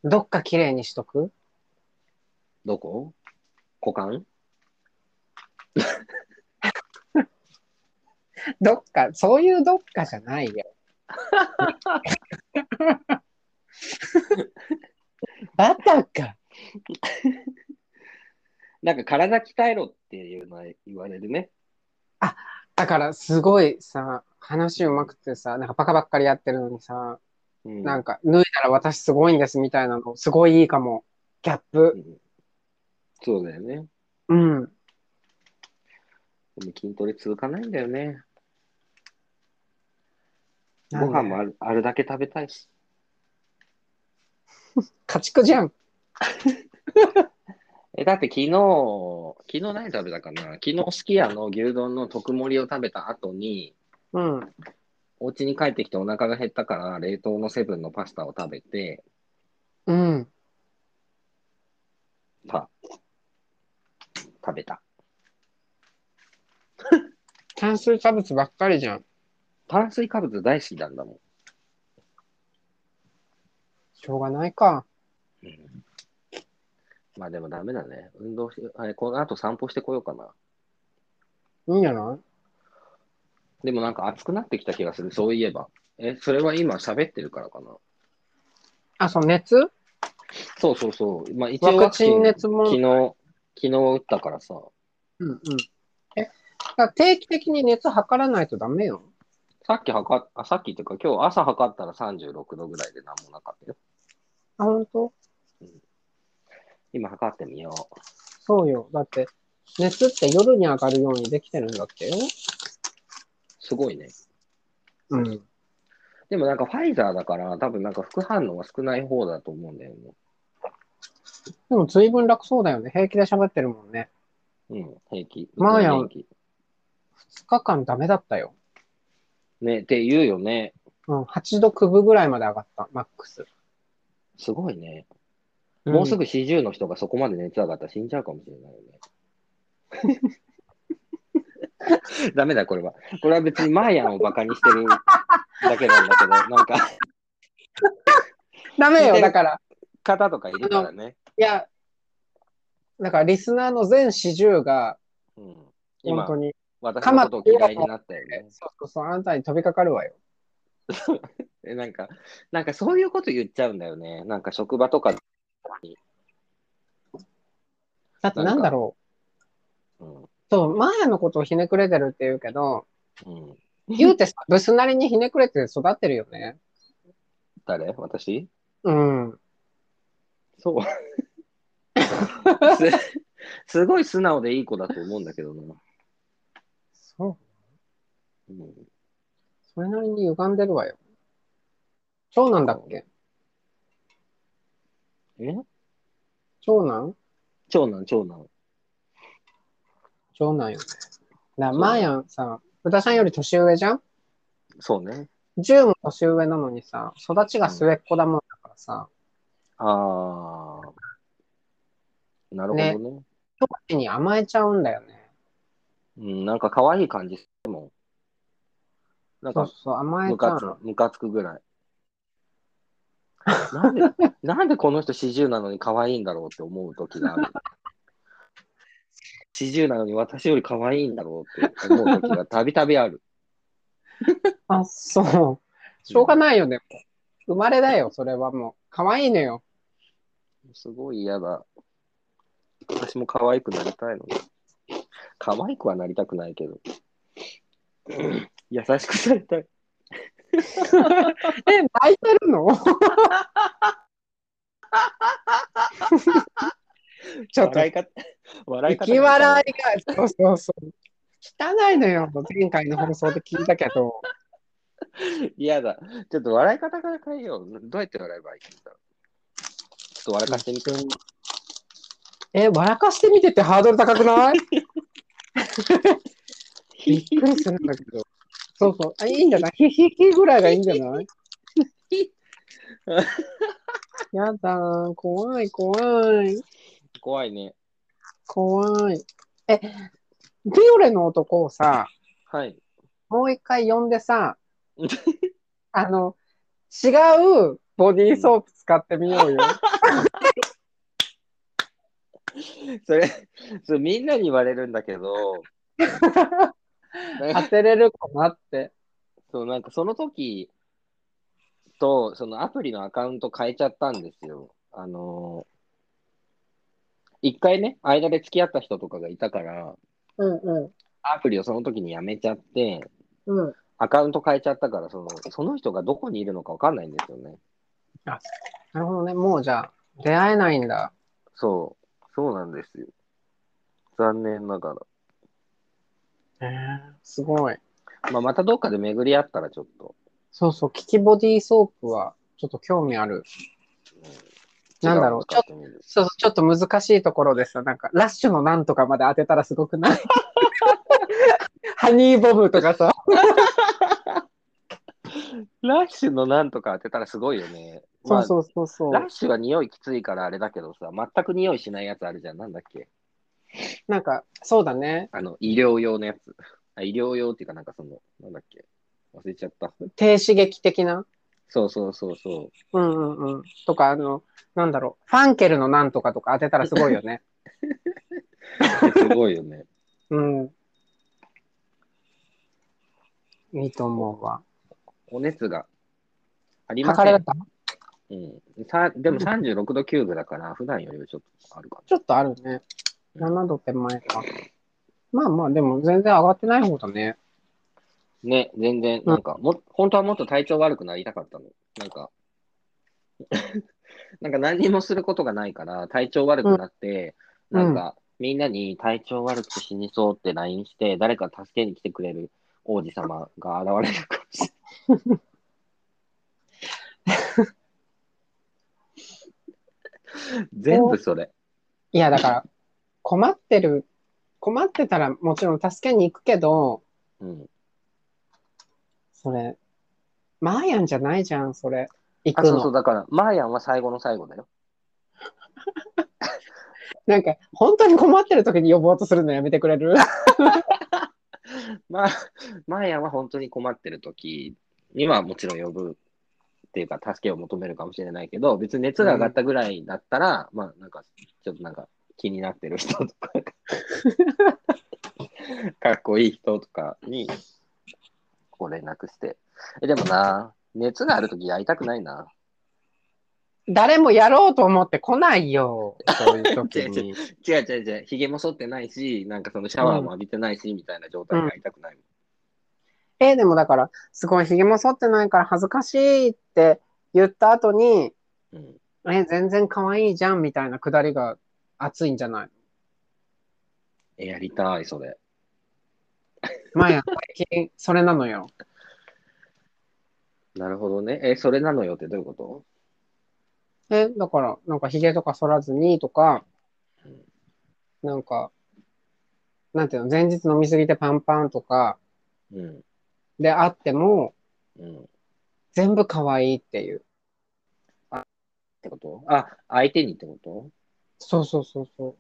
A: どっか綺麗にしとく
B: どこ股間
A: どっか、そういうどっかじゃない よ。バタか。
B: なんか体鍛えろっていうのは言われるね。
A: だからすごいさ、話うまくてさ、なんかバカばっかりやってるのにさ、
B: うん
A: なんか脱いだら私すごいんですみたいなの、すごいいいかも。ギャッ
B: う
A: プ。
B: んそうだよね。
A: うん。
B: でも筋トレ続かないんだよね。ご
A: なんで
B: 飯もあるあるだけ食べたいし。
A: 家畜じゃん。
B: え、だって昨日、昨日何食べたかな昨日すき家の牛丼の特盛りを食べた後に、
A: うん。
B: お家に帰ってきてお腹が減ったから冷凍のセブンのパスタを食べて
A: うん。
B: た。食べた。
A: 炭水化物ばっかりじゃん。
B: 炭水化物大好きなんだもん。
A: しょうがないか。
B: うんまあでもダメだね。運動し、あれ、この後散歩してこようかな。
A: いいんじゃない
B: でもなんか暑くなってきた気がする、そういえば。え、それは今喋ってるからかな。
A: あ、そう、熱
B: そうそうそう。まあ一応
A: ワクチン熱も。う
B: 昨
A: ん
B: 日、昨日打ったからさ。
A: うん。え、だから定期的に熱測らないとダメよ。
B: さっき測っ、あ、さっきっていうか今日朝測ったら36度ぐらいで何もなかったよ。
A: あ、本当
B: 今測ってみよう。
A: そうよ。だって、熱って夜に上がるようにできてるんだってよ。
B: すごいね。
A: うん。
B: でもなんかファイザーだから多分なんか副反応は少ない方だと思うんだよね。
A: でも随分楽そうだよね。平気で喋ってるもんね。
B: うん、平気。
A: まあやん
B: 平気
A: 2日間ダメだったよ。
B: ね、って言うよね。
A: うん。8度9分ぐらいまで上がった、マックス。
B: すごいね。もうす
A: ぐ。
B: ぐ40の人がそこまで熱上がったら死んじゃうかもしれないよね。ダメだ、これは。これは別にマーヤンをバカにしてるだけなんだけど、なんか、
A: ダメよ、だから。
B: 方とかいるからね。
A: いや、だからリスナーの全40が、
B: うん、
A: 本
B: 今
A: 当、に。
B: 私のことを嫌いになったよね。
A: そうそうそう、あんたに飛びかかるわよ。
B: えなんか、なんかそういうこと言っちゃうんだよね。なんか職場とか、
A: だってなんだろ
B: うん
A: う。そう、マーヤのことをひねくれてるって言うけど、
B: うん、
A: 言うてさ、ブスなりにひねくれて育ってるよね。
B: 誰私
A: うん。
B: そう。すす ごい素直でいい子だと思うんだけどな。
A: そう。
B: うん、
A: それなりに歪んでるわよ。長男だっけ
B: え
A: 長男
B: 長男、長男。
A: 長男よね。な、まーやんさ、宇田さんより年上じゃん
B: そうね。
A: ?10 も年上なのにさ、育ちが末っ子だもんだからさ、
B: ああ。なるほどね。
A: 人たちに甘えちゃうんだよね。
B: うん、なんか可愛い感じするもん。なん
A: そう
B: か
A: そう、甘え
B: ム
A: ちゃ
B: カ
A: う
B: つ
A: の。
B: ムカつくぐらい。なん で、なんでこの人40なのに可愛いんだろうって思う時がある。40なのに私より可愛いんだろうって思う時がたびたびある。
A: あ、そう。しょうがないよね。生まれだよ、それはもう。可愛いのよ。
B: すごい嫌だ。私も可愛くなりたいのに。可愛くはなりたくないけど。優しくされたい。
A: え、泣いてる のちょっと
B: 笑、い方、笑い
A: 生
B: 方。
A: き笑いが、そうそうそう。汚いのよ、前回の放送で聞いたけど。
B: 嫌だ。ちょっと笑い方から変えよう。どうやって笑えばいいんだろう。ちょっと笑かしてみて。
A: え、笑かしてみてってハードル高くない びっくりするんだけど。そうそう。あいいんじゃないヒヒヒぐらいがいいんじゃ ないやだー、怖い怖い。
B: 怖いね。
A: 怖い。え、ビオレの男をさ、
B: はい。
A: もう一回呼んでさ、あの、違うボディーソープ使ってみようよ。
B: それ、それみんなに言われるんだけど、なん
A: 当
B: か
A: てれるかなって。
B: そうなんかその時と、そのアプリのアカウント変えちゃったんですよ。あのー一回ね、間で付き合った人とかがいたから、
A: うんう
B: アプリをその時にやめちゃって、
A: ん。うん。
B: アカウント変えちゃったから、そのその人がどこにいるのかわかんないんですよね。
A: なるほどね。もうじゃあ、出会えないんだ。
B: そう、そうなんですよ。残念なが
A: えすごい。
B: ら。まあ、またどっかで巡り合ったらちょっと。
A: そうそう、キキボディーソープは、ちょっと興味ある。なんだろう
B: ちょっと見る。
A: そうそう、ちょっと難しいところでさ、なんか、ラッシュのなんとかまで当てたらすごくないハニーボブとかさ。
B: ラッシュのなんとか当てたらすごいよね。
A: そう
B: う。
A: そうそうそう。
B: ラッシュは匂いきついからあれだけどさ、全く匂いしないやつあるじゃん。なんだっけ
A: なんか、そうだね。
B: あの、医療用のやつ。あ医療用っていうかなんかその、なんだっけ忘れちゃった。
A: 低刺激的な。
B: そうそうそうそ
A: う
B: う。
A: んうんうん。とか、あの、なんだろう。ファンケルのなんとかとか当てたらすごいよ ね。
B: すごいよね。
A: うん。いいと思うわ。
B: お熱がありませ
A: 測れ
B: ん。
A: た
B: うん、さでも36度9分だから、普段よりはちょっとあるかな。
A: ちょっとあるね。7度手前か。まあまあ、でも全然上がってない方だね。
B: ね、全然、なんか、も、本当はもっと体調悪くなりたかったの。なんか、 なんか何にもすることがないから、体調悪くなって、
A: うん
B: なんか、みんなに体調悪くて死にそうって LINE して、誰か助けに来てくれる王子様が現れるかもしれない。 全部それ。
A: いや、だから、困ってる、困ってたらもちろん助けに行くけど、
B: うん。
A: それ、マーヤンじゃないじゃん、それ。行
B: あ、
A: く
B: そうそう、
A: の。
B: だから、マーヤンは最後の最後だよ。
A: なんか、本当に困ってる時に呼ぼうとするのやめてくれる
B: まあ、 マーヤンは本当に困ってる時にはもちろん呼ぶっていうか、助けを求めるかもしれないけど、別に熱が上がったぐらいだったら、まあ、なんか、ちょっとなんか気になってる人とか、 かっこいい人とかに、こう連絡して。え、でもな、熱がある時やりたくないな。
A: 誰もやろうと思って来ない よ、そういう時に。
B: 違う違う違う、ひげも剃ってないし、なんかそのシャワーも浴びてないし、みたいな状態でやりたくないもん。
A: え、でもだから、すごいひげも剃ってないから恥ずかしいって言った後に、
B: うん。
A: え、全然可愛いじゃんみたいなくだりが熱いんじゃ ない
B: え、やりたい、それ。
A: まあや、最近それなのよ。
B: なるほどね。え、それなのよってどういうこと
A: え、だから、なんかひげとか剃らずにとか
B: うん、
A: なんか、なんていうの、前日飲みすぎてパンパンとか
B: うん。
A: であっても、
B: うん。っ
A: 全部可愛いっていう。
B: てことあ、相手にってこと
A: そうそうそうそう。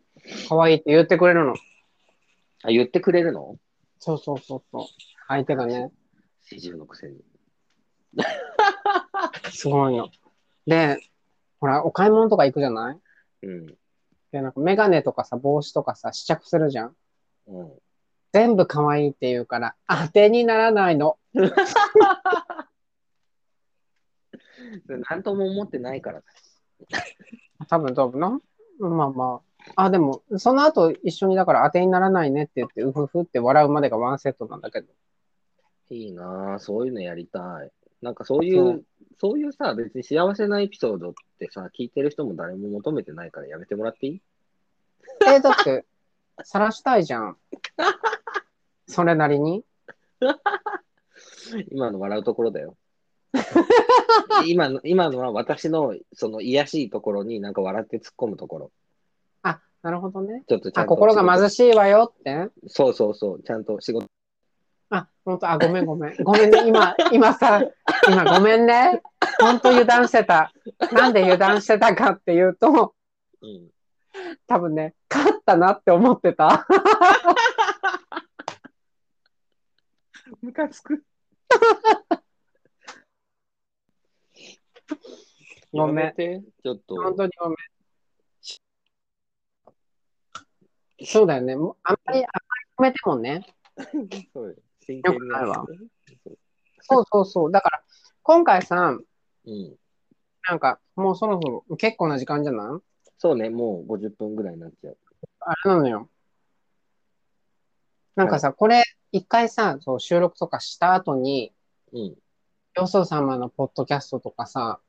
A: 可愛いって言ってくれるの。
B: あ、言ってくれるの
A: そうそうそうそう。相手がね、
B: 四十のくせに。
A: すごいの。で、ほら、お買い物とか行くじゃない
B: うん。
A: で、なんかメガネとかさ、帽子とかさ、試着するじゃん。
B: うん。
A: 全部可愛いって言うから、当てにならないの。
B: なんとも思ってないから。
A: 多分多分な。まあまあ。あ、でも、その後一緒にだから当てにならないねって言って、うふふって笑うまでがワンセットなんだけど。
B: いいなぁ、そういうのやりたい。なんかそういう、そういうさ、別に幸せなエピソードってさ、聞いてる人も誰も求めてないからやめてもらっていい
A: えだって、晒したいじゃん。それなりに。
B: 今の笑うところ だよ。今の今のは私のその癒やしいところになんか笑って突っ込むところ。
A: あ、なるほどね。
B: ちょっとちゃ
A: あ、
B: んと。
A: 心が貧
B: し
A: しいわよって。
B: い。そうそうそう、ちゃんと仕事。
A: あ、本当あ、ごめんごめん。ごめんね。今、今さ、今ごめんね。本当油断してた。なんで油断してたかっていうと、
B: うん、
A: 多分ね、勝ったなって思ってた。
B: ムカつく。
A: ごめん
B: やめて。ちょっと。
A: 本当にごめん。そうだよね。もうあんまり、あんまり止めてもね。
B: そうよ真剣にやって
A: よくそうそうそう。だから、今回さ、
B: うん。
A: なんか、もうそろそろ結構な時間じゃない
B: そうね、もう50分ぐらいになっちゃう。
A: あれなのよ。なんかさ、これ、一回さ、そう収録とかした後に、
B: うん。
A: よそ様のポッドキャストとかさ、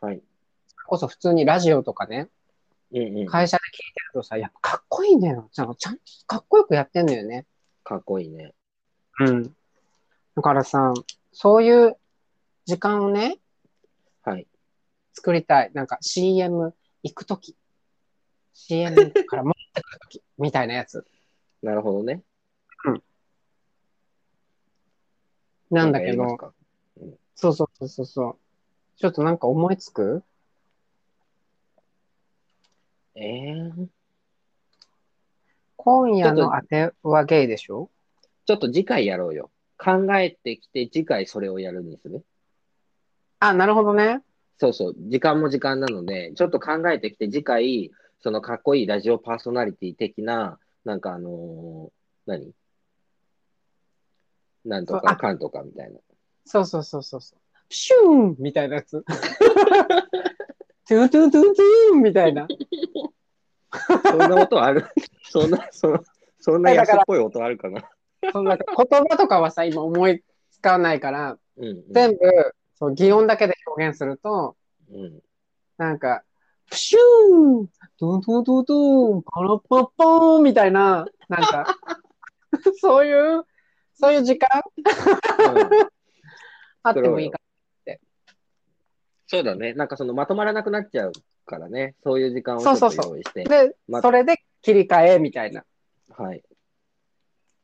B: はい。
A: それこそ普通にラジオとかね、
B: うんうん。
A: 会社で聞いてるとさ、やっぱかっこいいんだよ。ちゃんと、ちゃんとかっこよくやってんのよね。
B: かっこいいね。
A: うん。だからさ、そういう時間をね、
B: はい。
A: 作りたい。なんか CM 行くとき、CM から持ってくるとき、みたいなやつ。
B: なるほどね。
A: なんだけ
B: なん
A: ど、
B: かや
A: そうそうそうそうそう。ちょっとなんか思いつく
B: りますか。えー、
A: 今夜の当てはゲイでしょ
B: ちょっと次回やろうよ。考えてきて、次回それをやるにする。
A: あ、なるほどね。
B: そうそう。時間も時間なので、ちょっと考えてきて、次回、そのかっこいいラジオパーソナリティ的な、なんかあのー何なんと
A: そう
B: か
A: あ
B: かんとかみたいな。
A: そうそうそうそうそう。プシューンみたいなやつ。トゥントゥントゥントゥーンみたいな。
B: そんな音ある そんな、そんな、そんな安っぽい音あるかな
A: そんな言葉とかはさ、今思いつかないから、
B: うん、うん。
A: 全部、そう擬音だけで表現すると、
B: うん。
A: なんか、プシューンドゥンドゥンドゥンドゥンパラッパッパーンみたいな、なんか、そういう、そういう時間あってもいいか
B: そうだね。なんかそのまとまらなくなっちゃうからね。そういう時間をちょっ
A: そうそう
B: と
A: そ
B: 用意して。
A: な。で、
B: ま
A: それで切り替えみたいな。
B: はい。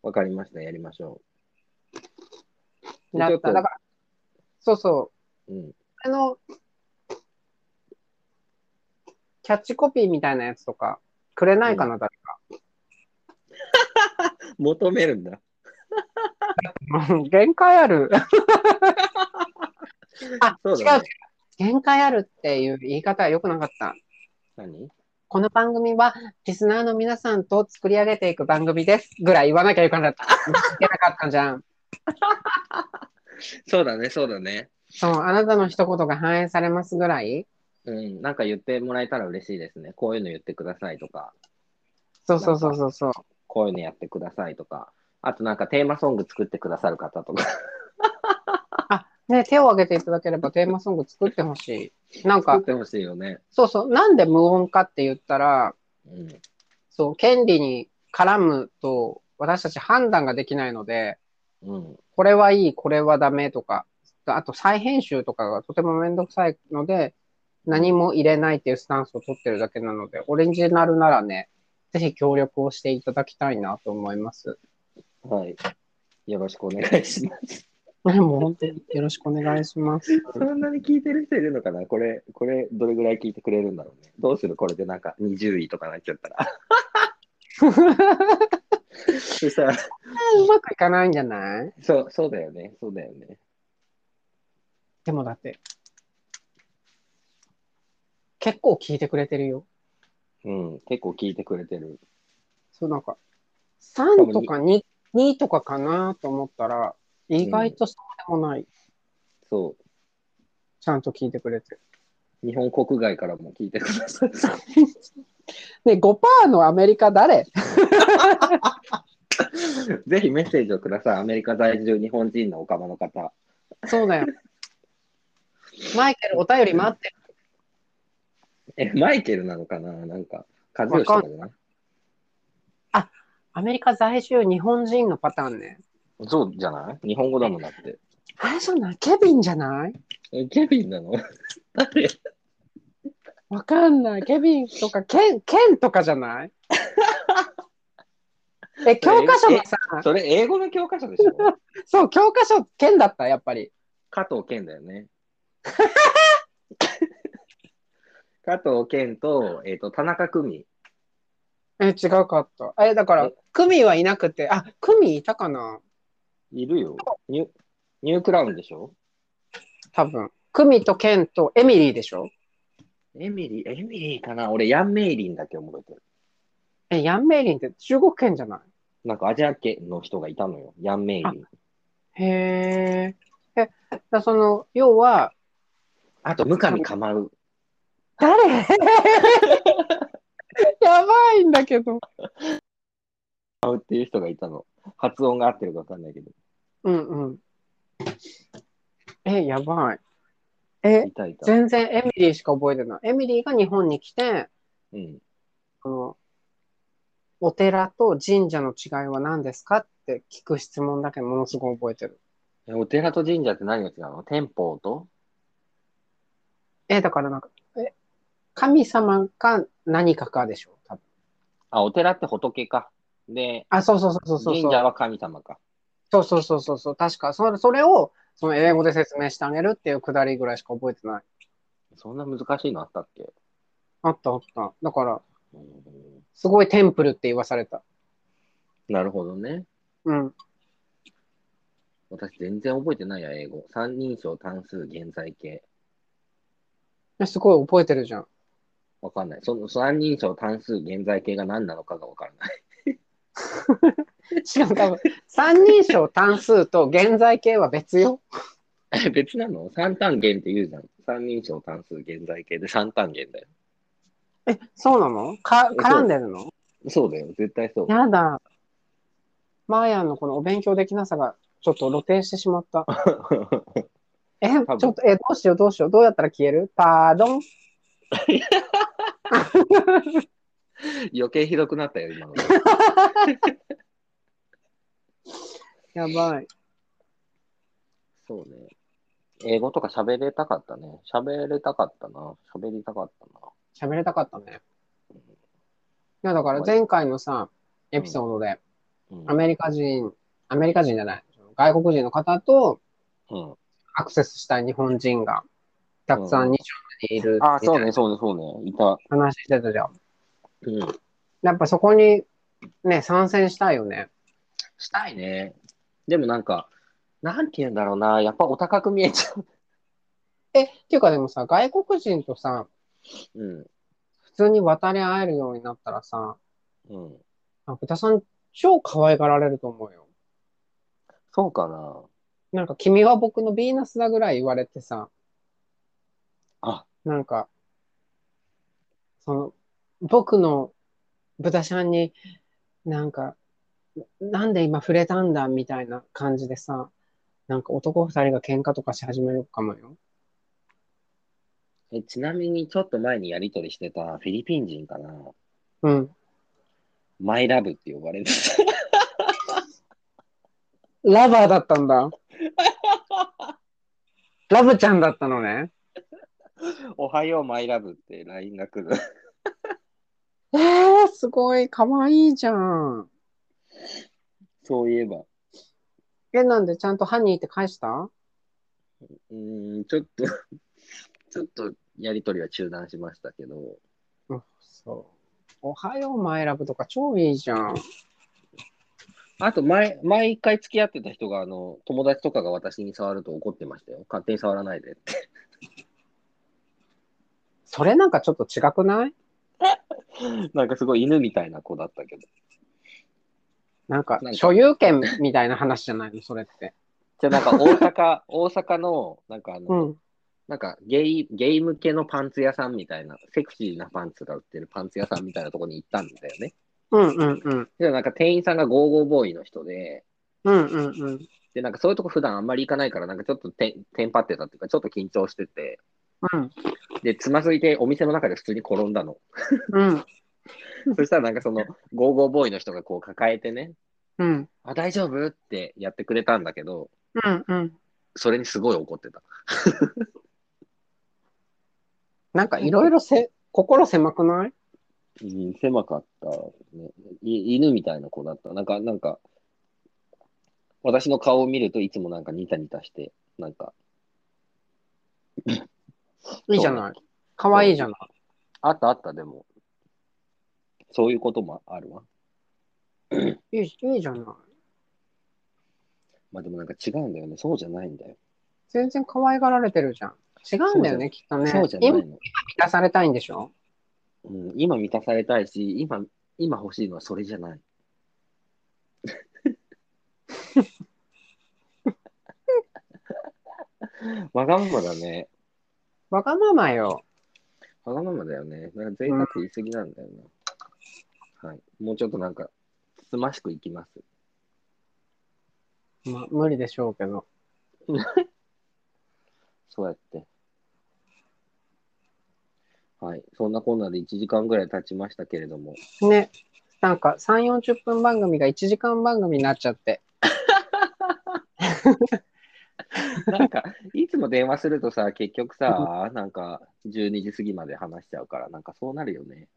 B: わかりました。やりましょう。
A: な
B: ち
A: っ
B: ょと
A: た。だから、そうそう。
B: うん。
A: あの、キャッチコピーみたいなやつとか、くれないかな、誰
B: 求めるんだ。
A: か。もう 限界ある。あ、
B: そう
A: 違
B: だ
A: う
B: ね。
A: 限界あるっていう言い方は良くなかった。
B: 何
A: この番組は、リスナーの皆さんと作り上げていく番組です。ぐらい言わなきゃよくなかった。いけなかったじゃん。
B: そうだね、そうだね。
A: そう、あなたの一言が反映されますぐらい。
B: うん。なんか言ってもらえたら嬉しいですね。こういうの言ってくださいとか、
A: そうそうそうそうそう。
B: こういうのやってくださいとか。あとなんかテーマソング作ってくださる方とか。
A: ね、手を挙げていただければテーマソング作ってほしい。 なん
B: 作
A: か
B: っ、てほしいよね。
A: そうそう、なんで無音かって言ったら、
B: うん。
A: そう、権利に絡むと、私たち判断ができないので、
B: うん。
A: これはいい、これはダメとか、あと再編集とかがとてもめんどくさいので、何も入れないっていうスタンスを取ってるだけなので、オリジナルならね、ぜひ協力をしていただきたいなと思います。
B: はい。よろしくお願いします。
A: もう本当によろしくお願いします。
B: そんなに聞いてる人いるのかなこれ、これ、どれぐらい聞いてくれるんだろうね。どうするこれでなんか20位とかなっちゃった ら。そしたら、
A: うまくいかないんじゃない
B: そう、そうだよね。そうだよね。
A: でもだって、結構聞いてくれてるよ。
B: うん。結構聞いてくれてる。
A: そうなんか、3とか 2, 2とかかなと思ったら、意外とそうでもない。
B: そ
A: ちゃんと聞いてくれてる。
B: う。日本国外からも聞いてください。
A: ね、5%のアメリカ誰
B: ぜひメッセージをください。アメリカ在住日本人のオカマの方。
A: そうだよ。マイケル、お便り待ってる。
B: え、マイケルなのかななんか、和義とかじゃない
A: アメリカ在住日本人のパターンね。
B: そうじゃない日本語だもんだって。
A: あれじゃないケビンじゃない
B: え、ケビンなの 誰
A: わかんない。ケビンとか、ケン、ケンとかじゃ ないえ、教科書のさ、
B: それ英語の教科 書でしょ
A: そう、教科書、ケンだった、やっぱり。
B: 加藤健だよね。 加藤健と、えっ、と、田中久美。
A: え、違うかった。え、だから
B: え、
A: クミはいなくて、あ、クミいたかない
B: るよ。ニューニュークラウンでしょ
A: 多分。クミとケンとエミリーでしょ
B: エミリー、エミリーかな俺、ヤンメイリンだけ覚えてる。
A: え、ヤンメイリンって中国圏じゃない
B: なんかアジア系の人がいたのよ。ヤンメイリン。
A: へえ。え、だその、要は、
B: あと、向上かまう。
A: 誰やばいんだけど。
B: かまうっていう人がいたの。発音が合ってるかわかんないけど。
A: うんうん。え、やばい。え、
B: いたいた。
A: 全然エミリーしか覚えてない。エミリーが日本に来て、
B: うん。
A: この、お寺と神社の違いは何ですかって聞く質問だけものすごい覚えてる。
B: えお寺と神社って何が違うの天保と
A: え、だからなんか、え、神様か何かかでしょ多分
B: あ、お寺って仏か。で、
A: あ、そうそうそうそうそう。
B: 神社は神様か。
A: そうそうそうそうそう、確かそれ、それをその英語で説明してあげるっていうくだりぐらいしか覚えてない。
B: そんな難しいのあったっけ、
A: あったあった。だから、
B: うん
A: すごいテンプルって言わされた。
B: なるほどね。
A: うん。
B: 私全然覚えてないや、英語。三人称、単数、現在形。
A: えすごい覚えてるじゃん。
B: わかんない。その三人称、単数、現在形が何なのかがわからない。
A: しかも多分、三人称単数と現在形は別よ。
B: え 別なの三単元って言うじゃん。三人称、単数、現在形で三単元だよ。
A: え、そうなのか
B: えそう
A: 絡んでるの
B: そうだよ。絶対そう。
A: やだ。マーヤンのこのお勉強できなさがちょっと露呈してしま った。え、ちょ
B: 分
A: っと、え、どうしようどうしよう。どうやったら消えるパードン。
B: 余計ひどくなったよ、今の。
A: やばい。
B: そうね。英語とか喋れたかったね。喋れたかったな。喋りたかったな。
A: 喋れたかったね。いや、だから前回のさ、エピソードで、
B: うん
A: アメリカ人、アメリカ人じゃない、外国人の方と
B: うん、
A: アクセスしたい日本人がたくさん
B: うん
A: 20人いる
B: あ、
A: みた
B: そう
A: い
B: ね、
A: な
B: そうね、そうね。いた。
A: 話してたじゃん。
B: うん。
A: やっぱそこにね、参戦したいよね。
B: したいね。でもなんか、なんて言うんだろうな。やっぱお高く見えちゃう。
A: え、っていうかでもさ、外国人とさ、
B: うん。
A: 普通に渡り合えるようになったらさ、
B: うん。
A: あ豚さん超可愛がられると思うよ。
B: そうかな。
A: なんか君は僕のヴィーナスだぐらい言われてさ、
B: あ、
A: なんか、その、僕の豚ちゃんに、なんか、なんで今触れたんだみたいな感じでさ、なんか男二人が喧嘩とかし始めるかもよ。
B: えちなみに、ちょっと前にやりとりしてたフィリピン人かな。
A: うん。
B: マイラブって呼ばれてた。
A: ラバーだったん だ。ラブちゃんだったのね。
B: おはよう、マイラブって LINE が来る。
A: えー、すごい、かわいいじゃん。
B: そういえば。
A: え、なんでちゃんとハニーって返した
B: うーん、ちょっと、 ちょっとやりとりは中断しましたけど、
A: うん、そう。おはよう、マイラブとか超いいじゃん。
B: あと前、毎回付き合ってた人が、あの、友達とかが私に触ると怒ってましたよ。勝手に触らないでって。
A: それなんかちょっと違くない
B: なんかすごい犬みたいな子だったけど。
A: なんか
B: なんか
A: 所有権みたいな話じゃないの、それって。
B: じゃあなんか 大阪、大阪の、なんかあの、
A: うん。
B: なんかゲイ、ゲイ向けのパンツ屋さんみたいな、セクシーなパンツが売ってるパンツ屋さんみたいなとこに行ったんだよね。
A: うんうんうん。
B: で、なんか店員さんがゴーゴーボーイの人で、
A: うんうんうん。
B: で、なんかそういうとこ普段あんまり行かないから、なんかちょっとテンテンパってたっていうか、ちょっと緊張してて、
A: うん。
B: で、つまずいてお店の中で普通に転んだの。
A: うん。
B: そしたらなんかその、ゴーゴーボーイの人がこう抱えてね、
A: うん。
B: あ、大丈夫ってやってくれたんだけど、
A: うんうん。
B: それにすごい怒ってた。
A: なんかいろいろせ、心狭くない
B: うん、狭かった、ねい。犬みたいな子だった。なんか、なんか、私の顔を見るといつもなんかニタニタして、なんか、
A: いいじゃない。かわいいじゃない。
B: あったあった、でも、そういうこともあるわ。
A: いいいいじゃない。
B: まあでもなんか違うんだよね。そうじゃないんだよ。
A: 全然可愛がられてるじゃん。違うんだよね、きっとね。
B: そうじゃない
A: 今
B: の。
A: 満たされたいんでしょ
B: うん、今満たされたいし、今、今欲しいのはそれじゃない。わが ままだね。
A: わがままよ。
B: わがままだよね。なんか贅沢言い過ぎなんだよな、はい。もうちょっとなんか、つつましくいきます。
A: まあ、無理でしょうけど。
B: そうやって。はい。そんなこんなで1時間ぐらい経ちましたけれども。
A: ね。なんか3、40分番組が1時間番組になっちゃって。
B: なんか、いつも電話するとさ、結局さ、なんか、12時過ぎまで話しちゃうから、なんかそうなるよね。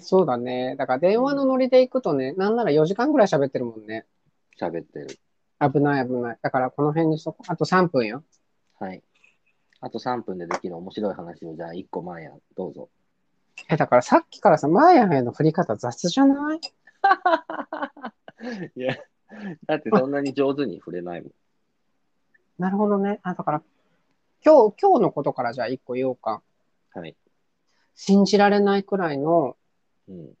A: そうだね。だから電話のノリで行くとね、なんなら4時間ぐらい喋ってるもんね。
B: 喋ってる。
A: 危ない危ない。だからこの辺にしとこう。あと3分よ。
B: はい。あと3分でできる面白い話を、じゃあ1個前や、どうぞ。
A: え、だからさっきからさ、マーヤンへの振り方雑じゃない
B: いや、だってそんなに上手に触れないもん。
A: なるほどね。あ、だから、今日、今日のことからじゃあ1個言おうか。
B: はい。
A: 信じられないくらいの
B: うん。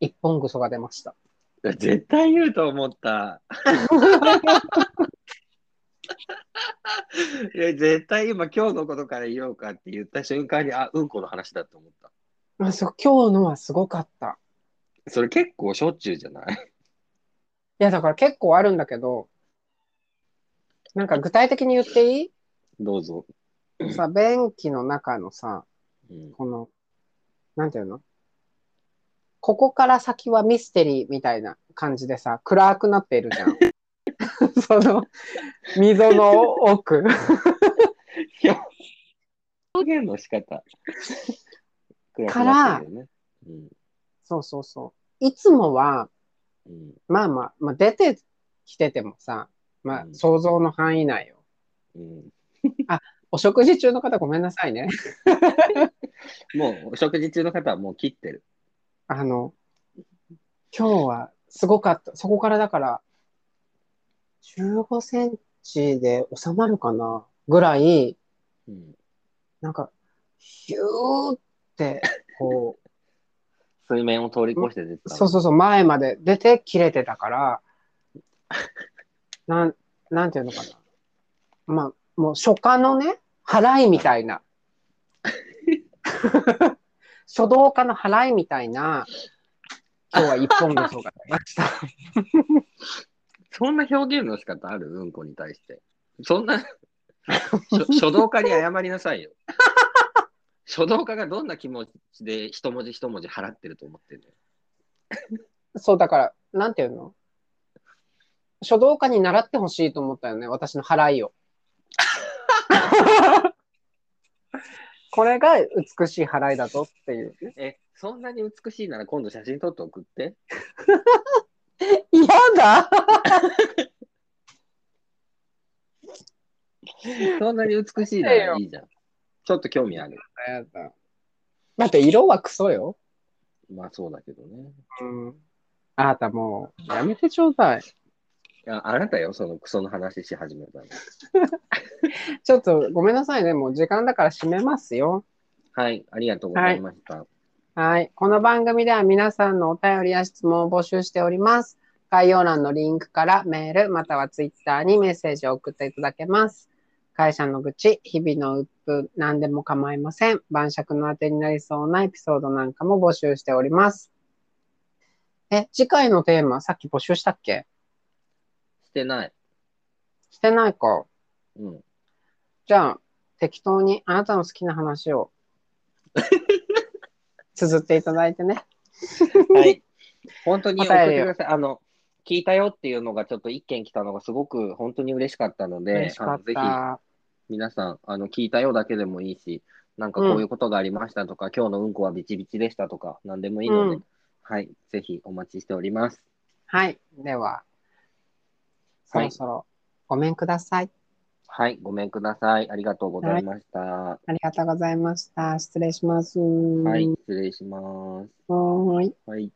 A: 一本ぐそが出ました。
B: 絶対言うと思った。いや、絶対今、今日のことから言おうかって言った瞬間に、あ、うんこの話だと思った。
A: あ、そう、今日のはすごかった。
B: それ結構しょっちゅうじゃない
A: いや、だから結構あるんだけど、なんか具体的に言ってい
B: どうぞ。
A: いさ、便器の中のさ、
B: うん
A: この、なんていうのここから先はミステリーみたいな感じでさ、暗くなっているじゃ ん。その、溝の奥。
B: いや、表現の仕方。暗
A: から
B: くなってるよねうん
A: そうそうそう。いつもは、
B: うん
A: まあまあ、まあ、出てきててもさ、まあ
B: う、ん
A: 想像の範囲内よ。
B: うん
A: お食事中の方ごめんなさいね。
B: もう、お食事中の方はもう切ってる。
A: あの、今日はすごかった。そこからだから、15センチで収まるかなぐらい、
B: うん
A: なんか、ヒューって、こう、
B: 水面を通り越して出てたの。
A: そうそうそう、前まで出て切れてたから、なん、なんていうのかな。まあ、もう初夏のね、払いみたいな。書道家の払いみたいな、今日は一本のそうが出ました。
B: そんな表現の仕方あるうんこに対して。そんな書、書道家に謝りなさいよ。書道家がどんな気持ちで一文字一文字払ってると思ってんのよ
A: そう、だから、なんていうの書道家に習ってほしいと思ったよね、私の払いを。これが美しい払いだぞっていう。
B: え、そんなに美しいなら今度写真撮って送って。
A: 嫌だ
B: そんなに美しいならいいじゃん。ちょっと興味ある。
A: やだ。だって色はクソよ。
B: まあそうだけどね。
A: うん。あなたもう、やめてちょうだい。
B: いやあなたよ、そのクソの話し始めたの。
A: ちょっとごめんなさいね、もう時間だから閉めますよ。
B: はい、ありがとうございました。
A: はい。この番組では皆さんのお便りや質問を募集しております。概要欄のリンクからメールまたはツイッターにメッセージを送っていただけます。会社の愚痴、日々の鬱憤、何でも構いません。晩酌のあてになりそうなエピソードなんかも募集しております。え、次回のテーマ、さっき募集したっけ
B: してない。
A: してないか。
B: うん。
A: じゃあ、適当にあなたの好きな話 を綴っていただいてね。
B: はい。 本当に送っ
A: お便
B: て
A: りを
B: ください。あの、聞いたよっていうのがちょっと一件来たのがすごく本当に嬉しかったので、
A: 嬉しか
B: あ
A: っ
B: のぜひ
A: た。
B: 皆さん、あの、聞いたよだけでもいいし、なんかこういうことがありましたとか、今日のうんこはビチビチでしたとか、なんでもいいので、
A: うん
B: はい、ぜひお待ちしております。
A: はい。では、そ
B: はい
A: ろそろごめんください。
B: はい、ごめんください。ありがとうございました。は
A: ありがとうございました。失礼します。
B: い、
A: は
B: 失礼します。
A: はーい。
B: はい。